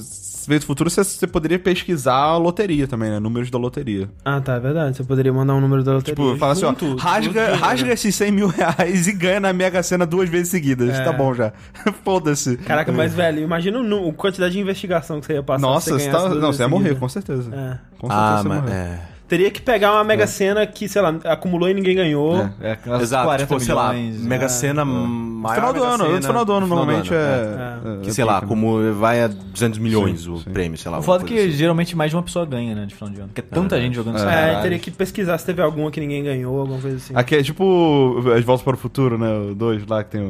[SPEAKER 4] se Ver do futuro, você, você poderia pesquisar a loteria também, né? Números da loteria.
[SPEAKER 2] Ah, tá, é verdade. Você poderia mandar um número da loteria.
[SPEAKER 4] Tipo, fala assim, ó,
[SPEAKER 2] Junto,
[SPEAKER 4] rasga,
[SPEAKER 2] tudo.
[SPEAKER 4] rasga esses 100 mil reais e ganha na Mega Sena duas vezes seguidas.
[SPEAKER 2] É.
[SPEAKER 4] Tá bom já. Foda-se.
[SPEAKER 2] Caraca, mas velho, imagina o nu- a quantidade de investigação que você ia passar.
[SPEAKER 4] Nossa,
[SPEAKER 2] se
[SPEAKER 4] você, tá,
[SPEAKER 2] ganhasse
[SPEAKER 4] não,
[SPEAKER 2] duas
[SPEAKER 4] você ia
[SPEAKER 2] vezes
[SPEAKER 4] morrer,
[SPEAKER 2] seguida.
[SPEAKER 4] com certeza. É.
[SPEAKER 2] É.
[SPEAKER 4] Com certeza
[SPEAKER 1] Ah,
[SPEAKER 4] você ia
[SPEAKER 1] mas.
[SPEAKER 4] morrer.
[SPEAKER 1] É.
[SPEAKER 2] Teria que pegar uma mega cena que, sei lá, acumulou e ninguém ganhou.
[SPEAKER 3] É, aquelas
[SPEAKER 1] Exato,
[SPEAKER 3] 40
[SPEAKER 1] tipo, sei lá,
[SPEAKER 3] milhões. né?
[SPEAKER 1] Mega Sena maior.
[SPEAKER 4] né? Tipo, Final do
[SPEAKER 1] Mega
[SPEAKER 4] ano,
[SPEAKER 1] Sena,
[SPEAKER 4] no final do ano, normalmente
[SPEAKER 1] do ano,
[SPEAKER 4] é.
[SPEAKER 1] Que sei lá, como vai a 200 milhões o prêmio, sei lá.
[SPEAKER 3] O
[SPEAKER 1] alguma
[SPEAKER 3] foda é que
[SPEAKER 1] coisa assim.
[SPEAKER 3] geralmente mais de uma pessoa ganha, né, de final de ano. Porque é tanta gente jogando essa
[SPEAKER 2] É,
[SPEAKER 3] caralho.
[SPEAKER 2] teria que pesquisar se teve alguma que ninguém ganhou, alguma coisa assim.
[SPEAKER 4] Aqui é tipo As Voltas para o Futuro, né? O 2 lá, que tem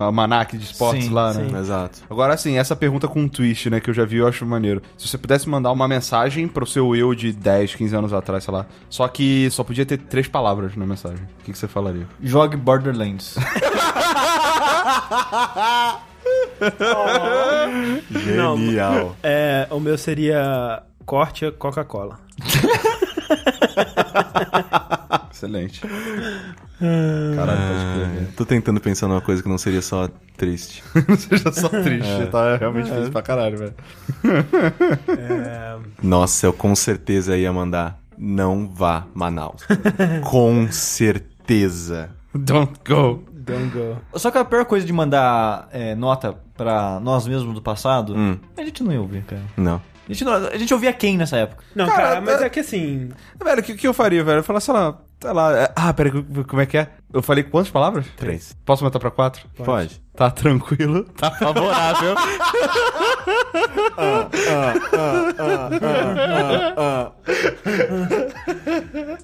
[SPEAKER 4] o Manac de esportes
[SPEAKER 3] Sim,
[SPEAKER 4] lá, né?
[SPEAKER 2] sim.
[SPEAKER 1] Exato.
[SPEAKER 4] Agora sim, essa pergunta com um twist, né, que eu já vi, eu acho maneiro. Se você pudesse mandar uma mensagem pro seu eu de 10, 15 anos atrás, sei lá, só que só podia ter três palavras na mensagem, o que, que você falaria?
[SPEAKER 3] Jogue Borderlands.
[SPEAKER 1] Genial.
[SPEAKER 2] É, o meu seria corte a Coca-Cola.
[SPEAKER 4] Excelente. Caralho, pode crer. né?
[SPEAKER 1] Tô tentando pensar numa coisa que não seria só triste.
[SPEAKER 4] Não seja só triste, tá realmente difícil pra caralho, velho.
[SPEAKER 1] Nossa, eu com certeza ia mandar. Não vá Manaus. com certeza.
[SPEAKER 4] Don't go.
[SPEAKER 2] Don't go.
[SPEAKER 3] Só que a pior coisa de mandar é, nota pra nós mesmos do passado,
[SPEAKER 1] Hum.
[SPEAKER 3] a gente não ia ouvir, cara.
[SPEAKER 1] Não.
[SPEAKER 3] A gente, não- a gente ouvia quem nessa época?
[SPEAKER 2] Não,
[SPEAKER 4] Cara,
[SPEAKER 2] cara, mas
[SPEAKER 4] tá-
[SPEAKER 2] é que assim.
[SPEAKER 4] Velho, o que, que eu faria, velho? Eu falar, sei lá, sei lá, é- ah, peraí, como é que é? Eu falei quantas palavras?
[SPEAKER 1] Três.
[SPEAKER 4] Posso aumentar pra quatro?
[SPEAKER 1] Pode.
[SPEAKER 4] Tá tranquilo, tá favorável.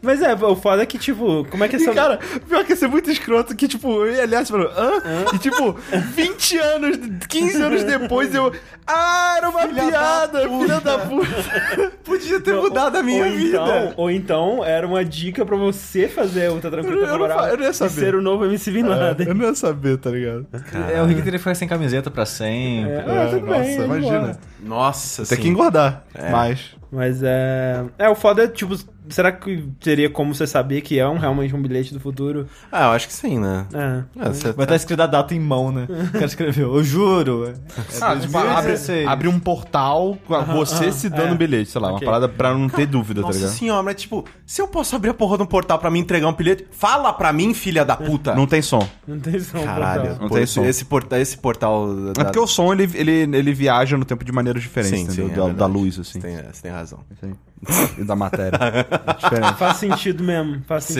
[SPEAKER 2] Mas é, o foda é que, tipo, como é que
[SPEAKER 4] E,
[SPEAKER 2] essa.
[SPEAKER 4] cara, pior que ia ser muito escroto que, tipo, eu e a Aliás falou, hã? E, tipo, 20 anos, 15 anos depois, eu. Ah, era uma piada, filha da puta. Podia ter mudado a minha
[SPEAKER 2] ou
[SPEAKER 4] vida.
[SPEAKER 2] Então, ou então era uma dica pra você fazer o Tá Tranquilo,
[SPEAKER 4] Eu
[SPEAKER 2] Tá
[SPEAKER 4] não fa-
[SPEAKER 2] Favorável
[SPEAKER 4] eu não ia
[SPEAKER 2] e
[SPEAKER 4] saber. É.
[SPEAKER 2] ser o novo MC Bin Laden.
[SPEAKER 4] Eu não ia saber, tá ligado?
[SPEAKER 3] É, o Rick teria que ficar sem camiseta pra sempre.
[SPEAKER 2] É, ah, tudo
[SPEAKER 4] nossa,
[SPEAKER 2] bem, é de
[SPEAKER 4] imagina.
[SPEAKER 2] boa.
[SPEAKER 1] Nossa,
[SPEAKER 4] Tem
[SPEAKER 1] sim.
[SPEAKER 4] que engordar. Mas.
[SPEAKER 2] Mas é. É, o foda é, tipo, será que teria como você saber que é um, realmente um bilhete do futuro?
[SPEAKER 1] Ah, eu acho que sim, né?
[SPEAKER 2] É.
[SPEAKER 1] Ah, você
[SPEAKER 3] Vai estar escrito a data em mão, né? O cara escreveu, eu juro. É
[SPEAKER 4] Ah, tipo, abre,
[SPEAKER 3] 2016.
[SPEAKER 4] abre um portal com a- você se
[SPEAKER 2] é.
[SPEAKER 4] dando bilhete, sei lá,
[SPEAKER 2] Ok.
[SPEAKER 4] uma parada pra não ter dúvida, tá
[SPEAKER 1] Nossa
[SPEAKER 4] ligado?
[SPEAKER 1] senhora, mas tipo, se eu posso abrir a porra de um portal pra me entregar um bilhete, fala pra mim, filha da puta.
[SPEAKER 4] Não tem som.
[SPEAKER 2] Não tem som pra
[SPEAKER 1] Caralho,
[SPEAKER 2] tal.
[SPEAKER 4] Não
[SPEAKER 1] pô,
[SPEAKER 4] tem
[SPEAKER 1] esse,
[SPEAKER 4] som.
[SPEAKER 1] esse portal, esse portal
[SPEAKER 4] É porque o som ele, ele, ele viaja no tempo de maneiras diferentes,
[SPEAKER 1] Sim, sim,
[SPEAKER 4] entendeu?
[SPEAKER 1] é
[SPEAKER 4] da,
[SPEAKER 1] verdade.
[SPEAKER 4] da luz, assim.
[SPEAKER 1] Você tem, é, você tem razão.
[SPEAKER 4] Sim. E da matéria. É diferente.
[SPEAKER 2] Faz sentido mesmo, faz
[SPEAKER 1] Sim.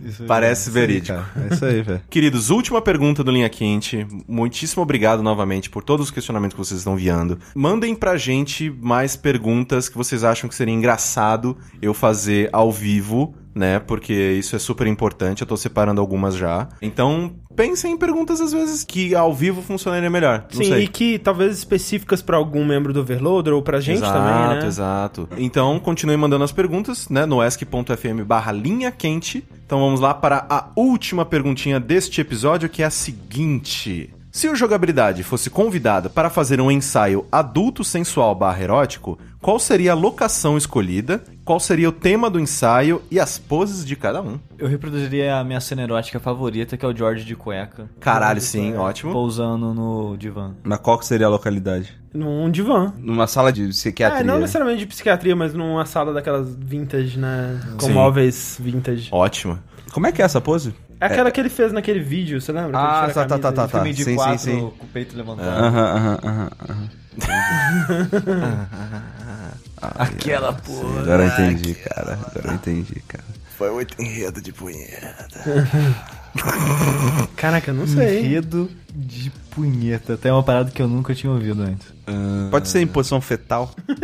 [SPEAKER 2] sentido.
[SPEAKER 1] Parece verídico.
[SPEAKER 4] Cara, é isso aí, velho.
[SPEAKER 1] Queridos, última pergunta do Linha Quente. Muitíssimo obrigado novamente por todos os questionamentos que vocês estão enviando. Mandem pra gente mais perguntas que vocês acham que seria engraçado eu fazer ao vivo, né? Porque isso é super importante, eu tô separando algumas já. Então, pensem em perguntas às vezes que ao vivo funcionaria melhor. Não
[SPEAKER 2] Sim,
[SPEAKER 1] sei.
[SPEAKER 2] e que talvez específicas pra algum membro do Overloader ou pra gente
[SPEAKER 1] exato,
[SPEAKER 2] também, né?
[SPEAKER 1] Exato, Então, continue mandando as perguntas, né, no ask.fm barra linha quente. Então vamos lá para a última perguntinha deste episódio, que é a seguinte. Se o Jogabilidade fosse convidado para fazer um ensaio adulto sensual barra erótico, qual seria a locação escolhida, qual seria o tema do ensaio e as poses de cada um?
[SPEAKER 3] Eu reproduziria a minha cena erótica favorita, que é o George de cueca.
[SPEAKER 1] Caralho, sim, ótimo.
[SPEAKER 3] Pousando no divã.
[SPEAKER 4] Mas qual que seria a localidade?
[SPEAKER 2] Num divã.
[SPEAKER 4] Numa sala de
[SPEAKER 2] É,
[SPEAKER 4] psiquiatria.
[SPEAKER 2] não necessariamente de psiquiatria, mas numa sala daquelas vintage, né? Com
[SPEAKER 1] Sim.
[SPEAKER 2] móveis vintage.
[SPEAKER 1] Ótimo.
[SPEAKER 4] Como é que é essa pose?
[SPEAKER 2] É aquela que ele fez naquele vídeo, você lembra?
[SPEAKER 4] Ah,
[SPEAKER 2] Que ele tira a
[SPEAKER 4] tá,
[SPEAKER 2] camisa
[SPEAKER 4] tá, tá,
[SPEAKER 2] e-
[SPEAKER 4] tá,
[SPEAKER 3] Filme de
[SPEAKER 4] sim, sim,
[SPEAKER 3] quatro,
[SPEAKER 4] sim.
[SPEAKER 3] com o peito levantado.
[SPEAKER 4] Aham, aham, aham, aham. Ah.
[SPEAKER 3] Aquela porra.
[SPEAKER 4] Agora eu entendi, cara. Agora eu entendi, cara.
[SPEAKER 1] Foi muito enredo de punheta.
[SPEAKER 2] Caraca, eu não sei.
[SPEAKER 3] Enredo de punheta. Até uma parada que eu nunca tinha ouvido antes.
[SPEAKER 4] Pode
[SPEAKER 1] Ah.
[SPEAKER 4] ser em posição fetal.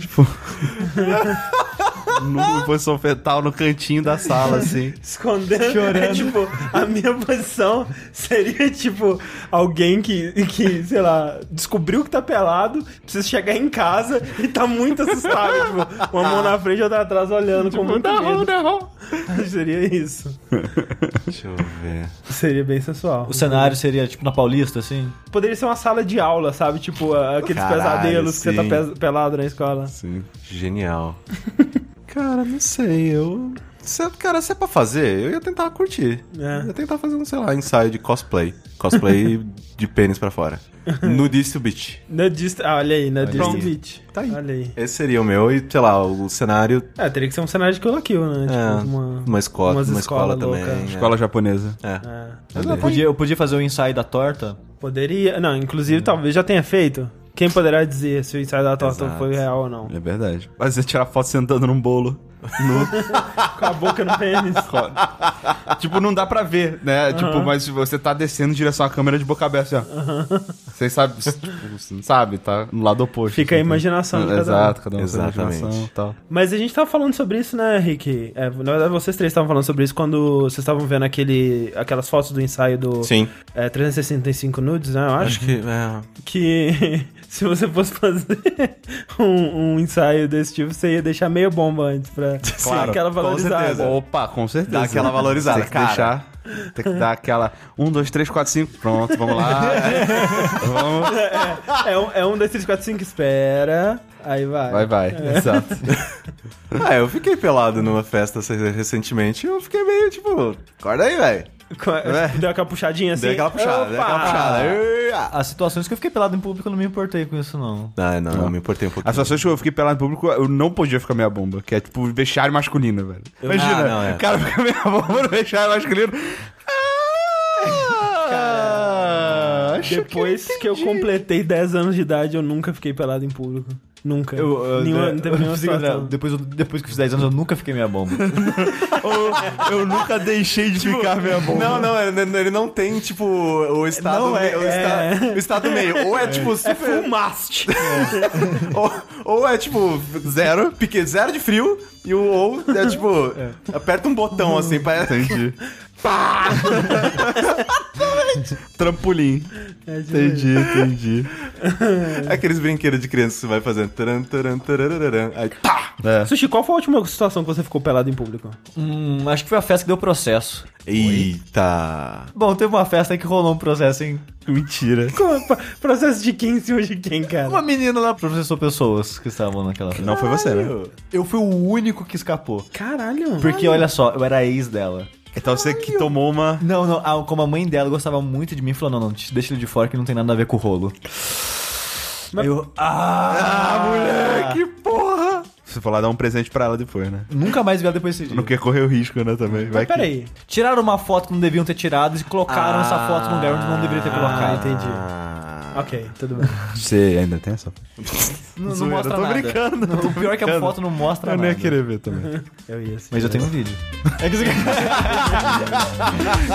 [SPEAKER 4] tipo. no, em posição fetal no cantinho da sala, assim.
[SPEAKER 2] Escondendo. É, tipo, a minha posição seria, tipo, alguém que, que, sei lá, descobriu que tá pelado, precisa chegar em casa e tá muito assustado. tipo, uma mão na frente e outra atrás olhando com muito medo. Seria isso.
[SPEAKER 1] Deixa eu ver.
[SPEAKER 2] Seria bem sensual.
[SPEAKER 3] O cenário seria, tipo, na Paulista, assim?
[SPEAKER 2] Poderia ser uma sala de aula, sabe? Tipo, a- aqueles
[SPEAKER 1] Caralho,
[SPEAKER 2] pesadelos que você tá
[SPEAKER 1] sim.
[SPEAKER 2] pes- pelado na escola.
[SPEAKER 4] Sim.
[SPEAKER 1] Genial. cara, não sei, eu. Se- cara, se é pra fazer, eu ia tentar curtir.
[SPEAKER 2] É.
[SPEAKER 1] Eu ia tentar fazer um, sei lá, ensaio de cosplay. Cosplay de pênis pra fora. Nudista Beach.
[SPEAKER 2] Nudista, ah, olha aí, Nudista
[SPEAKER 1] aí.
[SPEAKER 2] Beach.
[SPEAKER 1] Tá aí.
[SPEAKER 2] Olha aí.
[SPEAKER 1] Esse seria o meu, e sei lá, o cenário.
[SPEAKER 2] É, teria que ser um cenário de Kill la Kill, né?
[SPEAKER 1] é,
[SPEAKER 2] Tipo, uma...
[SPEAKER 1] uma escola,
[SPEAKER 2] umas
[SPEAKER 1] uma escola,
[SPEAKER 2] escola
[SPEAKER 1] também.
[SPEAKER 2] louca.
[SPEAKER 1] é.
[SPEAKER 4] Escola japonesa.
[SPEAKER 1] É.
[SPEAKER 2] É.
[SPEAKER 3] Eu podia, eu podia fazer o ensaio da torta.
[SPEAKER 2] Poderia. Não, inclusive talvez já tenha feito. Quem poderá dizer se o ensaio da torta
[SPEAKER 1] Exato.
[SPEAKER 2] foi real ou não?
[SPEAKER 4] É verdade. Mas ia tirar foto sentando num bolo.
[SPEAKER 2] Com a boca no pênis.
[SPEAKER 4] tipo, não dá pra ver, né? Tipo, mas você tá descendo em direção à câmera de boca aberta, assim, ó. Vocês sabem, tipo, você não sabe, tá no lado oposto.
[SPEAKER 2] Fica a
[SPEAKER 4] assim, tá?
[SPEAKER 2] imaginação de cada um.
[SPEAKER 4] Exato, cada um tem uma
[SPEAKER 1] Exatamente.
[SPEAKER 4] imaginação e tal.
[SPEAKER 2] Mas a gente tava falando sobre isso, né, Rick? É, na verdade, vocês três estavam falando sobre isso quando vocês estavam vendo aquele, aquelas fotos do ensaio do
[SPEAKER 1] Sim.
[SPEAKER 2] é, 365 nudes, né? Eu acho.
[SPEAKER 1] Acho que. É.
[SPEAKER 2] que se você fosse fazer um, um ensaio desse tipo, você ia deixar meio bomba antes pra dar aquela
[SPEAKER 1] com
[SPEAKER 2] valorizada.
[SPEAKER 1] certeza.
[SPEAKER 4] Opa, com certeza.
[SPEAKER 1] Dá aquela valorizada,
[SPEAKER 4] tem que
[SPEAKER 1] cara.
[SPEAKER 4] Deixar, tem que dar aquela. Um, dois, três, quatro, cinco. Pronto, vamos lá. vamos.
[SPEAKER 2] É, um, é um, dois, três, quatro, cinco, espera. Aí vai.
[SPEAKER 4] Vai, vai.
[SPEAKER 2] É.
[SPEAKER 4] Exato.
[SPEAKER 1] Ah, eu fiquei pelado numa festa recentemente e eu fiquei meio tipo. Acorda aí, velho.
[SPEAKER 2] Co- Deu aquela puxadinha assim.
[SPEAKER 1] Dei aquela puxada, dei aquela
[SPEAKER 2] Opa!
[SPEAKER 1] puxada. Ui, ah.
[SPEAKER 3] As situações que eu fiquei pelado em público, eu não me importei com isso, não.
[SPEAKER 1] Ah, não, eu me importei um pouquinho.
[SPEAKER 4] As pessoas que eu fiquei pelado em público, eu não podia ficar meia bomba, que é tipo vestiário masculino, velho. Imagina,
[SPEAKER 1] Ah, não, é.
[SPEAKER 4] o cara fica meia bomba no vestiário masculino. Ah, acho
[SPEAKER 2] Depois que eu,
[SPEAKER 4] entendi. Ah,
[SPEAKER 2] completei 10 anos de idade, eu nunca fiquei pelado em público. Nunca.
[SPEAKER 3] Eu, eu,
[SPEAKER 2] Nenhuma-
[SPEAKER 3] eu-
[SPEAKER 2] não teve nenhuma
[SPEAKER 3] eu-
[SPEAKER 2] situação.
[SPEAKER 3] depois, eu- depois que eu fiz 10 anos, eu nunca fiquei meia bomba.
[SPEAKER 4] eu, eu nunca deixei de
[SPEAKER 1] tipo,
[SPEAKER 4] ficar minha bomba.
[SPEAKER 1] Não, não, ele ele não tem, tipo, o estado,
[SPEAKER 2] Não, é-
[SPEAKER 1] meio, o esta-
[SPEAKER 2] é.
[SPEAKER 1] o estado meio. Ou é, tipo,
[SPEAKER 2] É
[SPEAKER 1] super...
[SPEAKER 2] full mast.
[SPEAKER 1] ou, ou é, tipo, zero, pique, zero de frio, e o ou é, tipo, aperta um botão, assim, parece...
[SPEAKER 4] Entendi. Trampolim. Entendi, entendi.
[SPEAKER 1] Aqueles brinquedos de criança que você vai fazendo. Taran, taran, tararararam, aí tá!
[SPEAKER 4] É.
[SPEAKER 2] Sushi, qual foi a última situação que você ficou pelado em público?
[SPEAKER 3] Hum, acho que foi a festa que deu processo.
[SPEAKER 1] Eita!
[SPEAKER 3] Bom, teve uma festa aí que rolou um processo, hein?
[SPEAKER 4] Mentira.
[SPEAKER 2] Como- é Processo de quem em cima de quem, cara?
[SPEAKER 3] Uma menina lá processou pessoas que estavam naquela festa.
[SPEAKER 4] Não foi você, né?
[SPEAKER 3] Eu fui o único que escapou.
[SPEAKER 2] Caralho.
[SPEAKER 3] Porque, olha só, eu era ex dela.
[SPEAKER 4] Então você que tomou uma.
[SPEAKER 3] Não, não, a- como a mãe dela gostava muito de mim, falou: não, não, te- deixa ele de fora que não tem nada a ver com o rolo.
[SPEAKER 2] Mas-
[SPEAKER 3] Aí eu. Ah, moleque!
[SPEAKER 4] Que porra! Você foi lá dar um presente pra ela depois, né?
[SPEAKER 3] Nunca mais vi ela depois desse dia.
[SPEAKER 4] Não quer correr o risco, né, também. Vai que-
[SPEAKER 2] Então, Peraí.
[SPEAKER 3] Tiraram uma foto que não deviam ter tirado e colocaram
[SPEAKER 4] Ah.
[SPEAKER 3] essa foto num lugar onde não deveria ter
[SPEAKER 2] Ah,
[SPEAKER 3] colocado.
[SPEAKER 2] entendi. Ok, tudo bem.
[SPEAKER 4] Você ainda tem essa?
[SPEAKER 3] Não, não
[SPEAKER 4] Zoeira,
[SPEAKER 3] mostra
[SPEAKER 4] tô
[SPEAKER 3] nada.
[SPEAKER 4] brincando,
[SPEAKER 3] Não,
[SPEAKER 4] tô
[SPEAKER 3] o pior é que a
[SPEAKER 4] brincando.
[SPEAKER 3] foto não mostra
[SPEAKER 4] Eu
[SPEAKER 3] nada.
[SPEAKER 4] nem É ia querer ver também.
[SPEAKER 2] Eu ia assim.
[SPEAKER 3] Mas eu tenho um vídeo.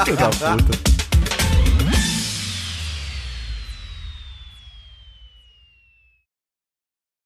[SPEAKER 4] Filho da puta.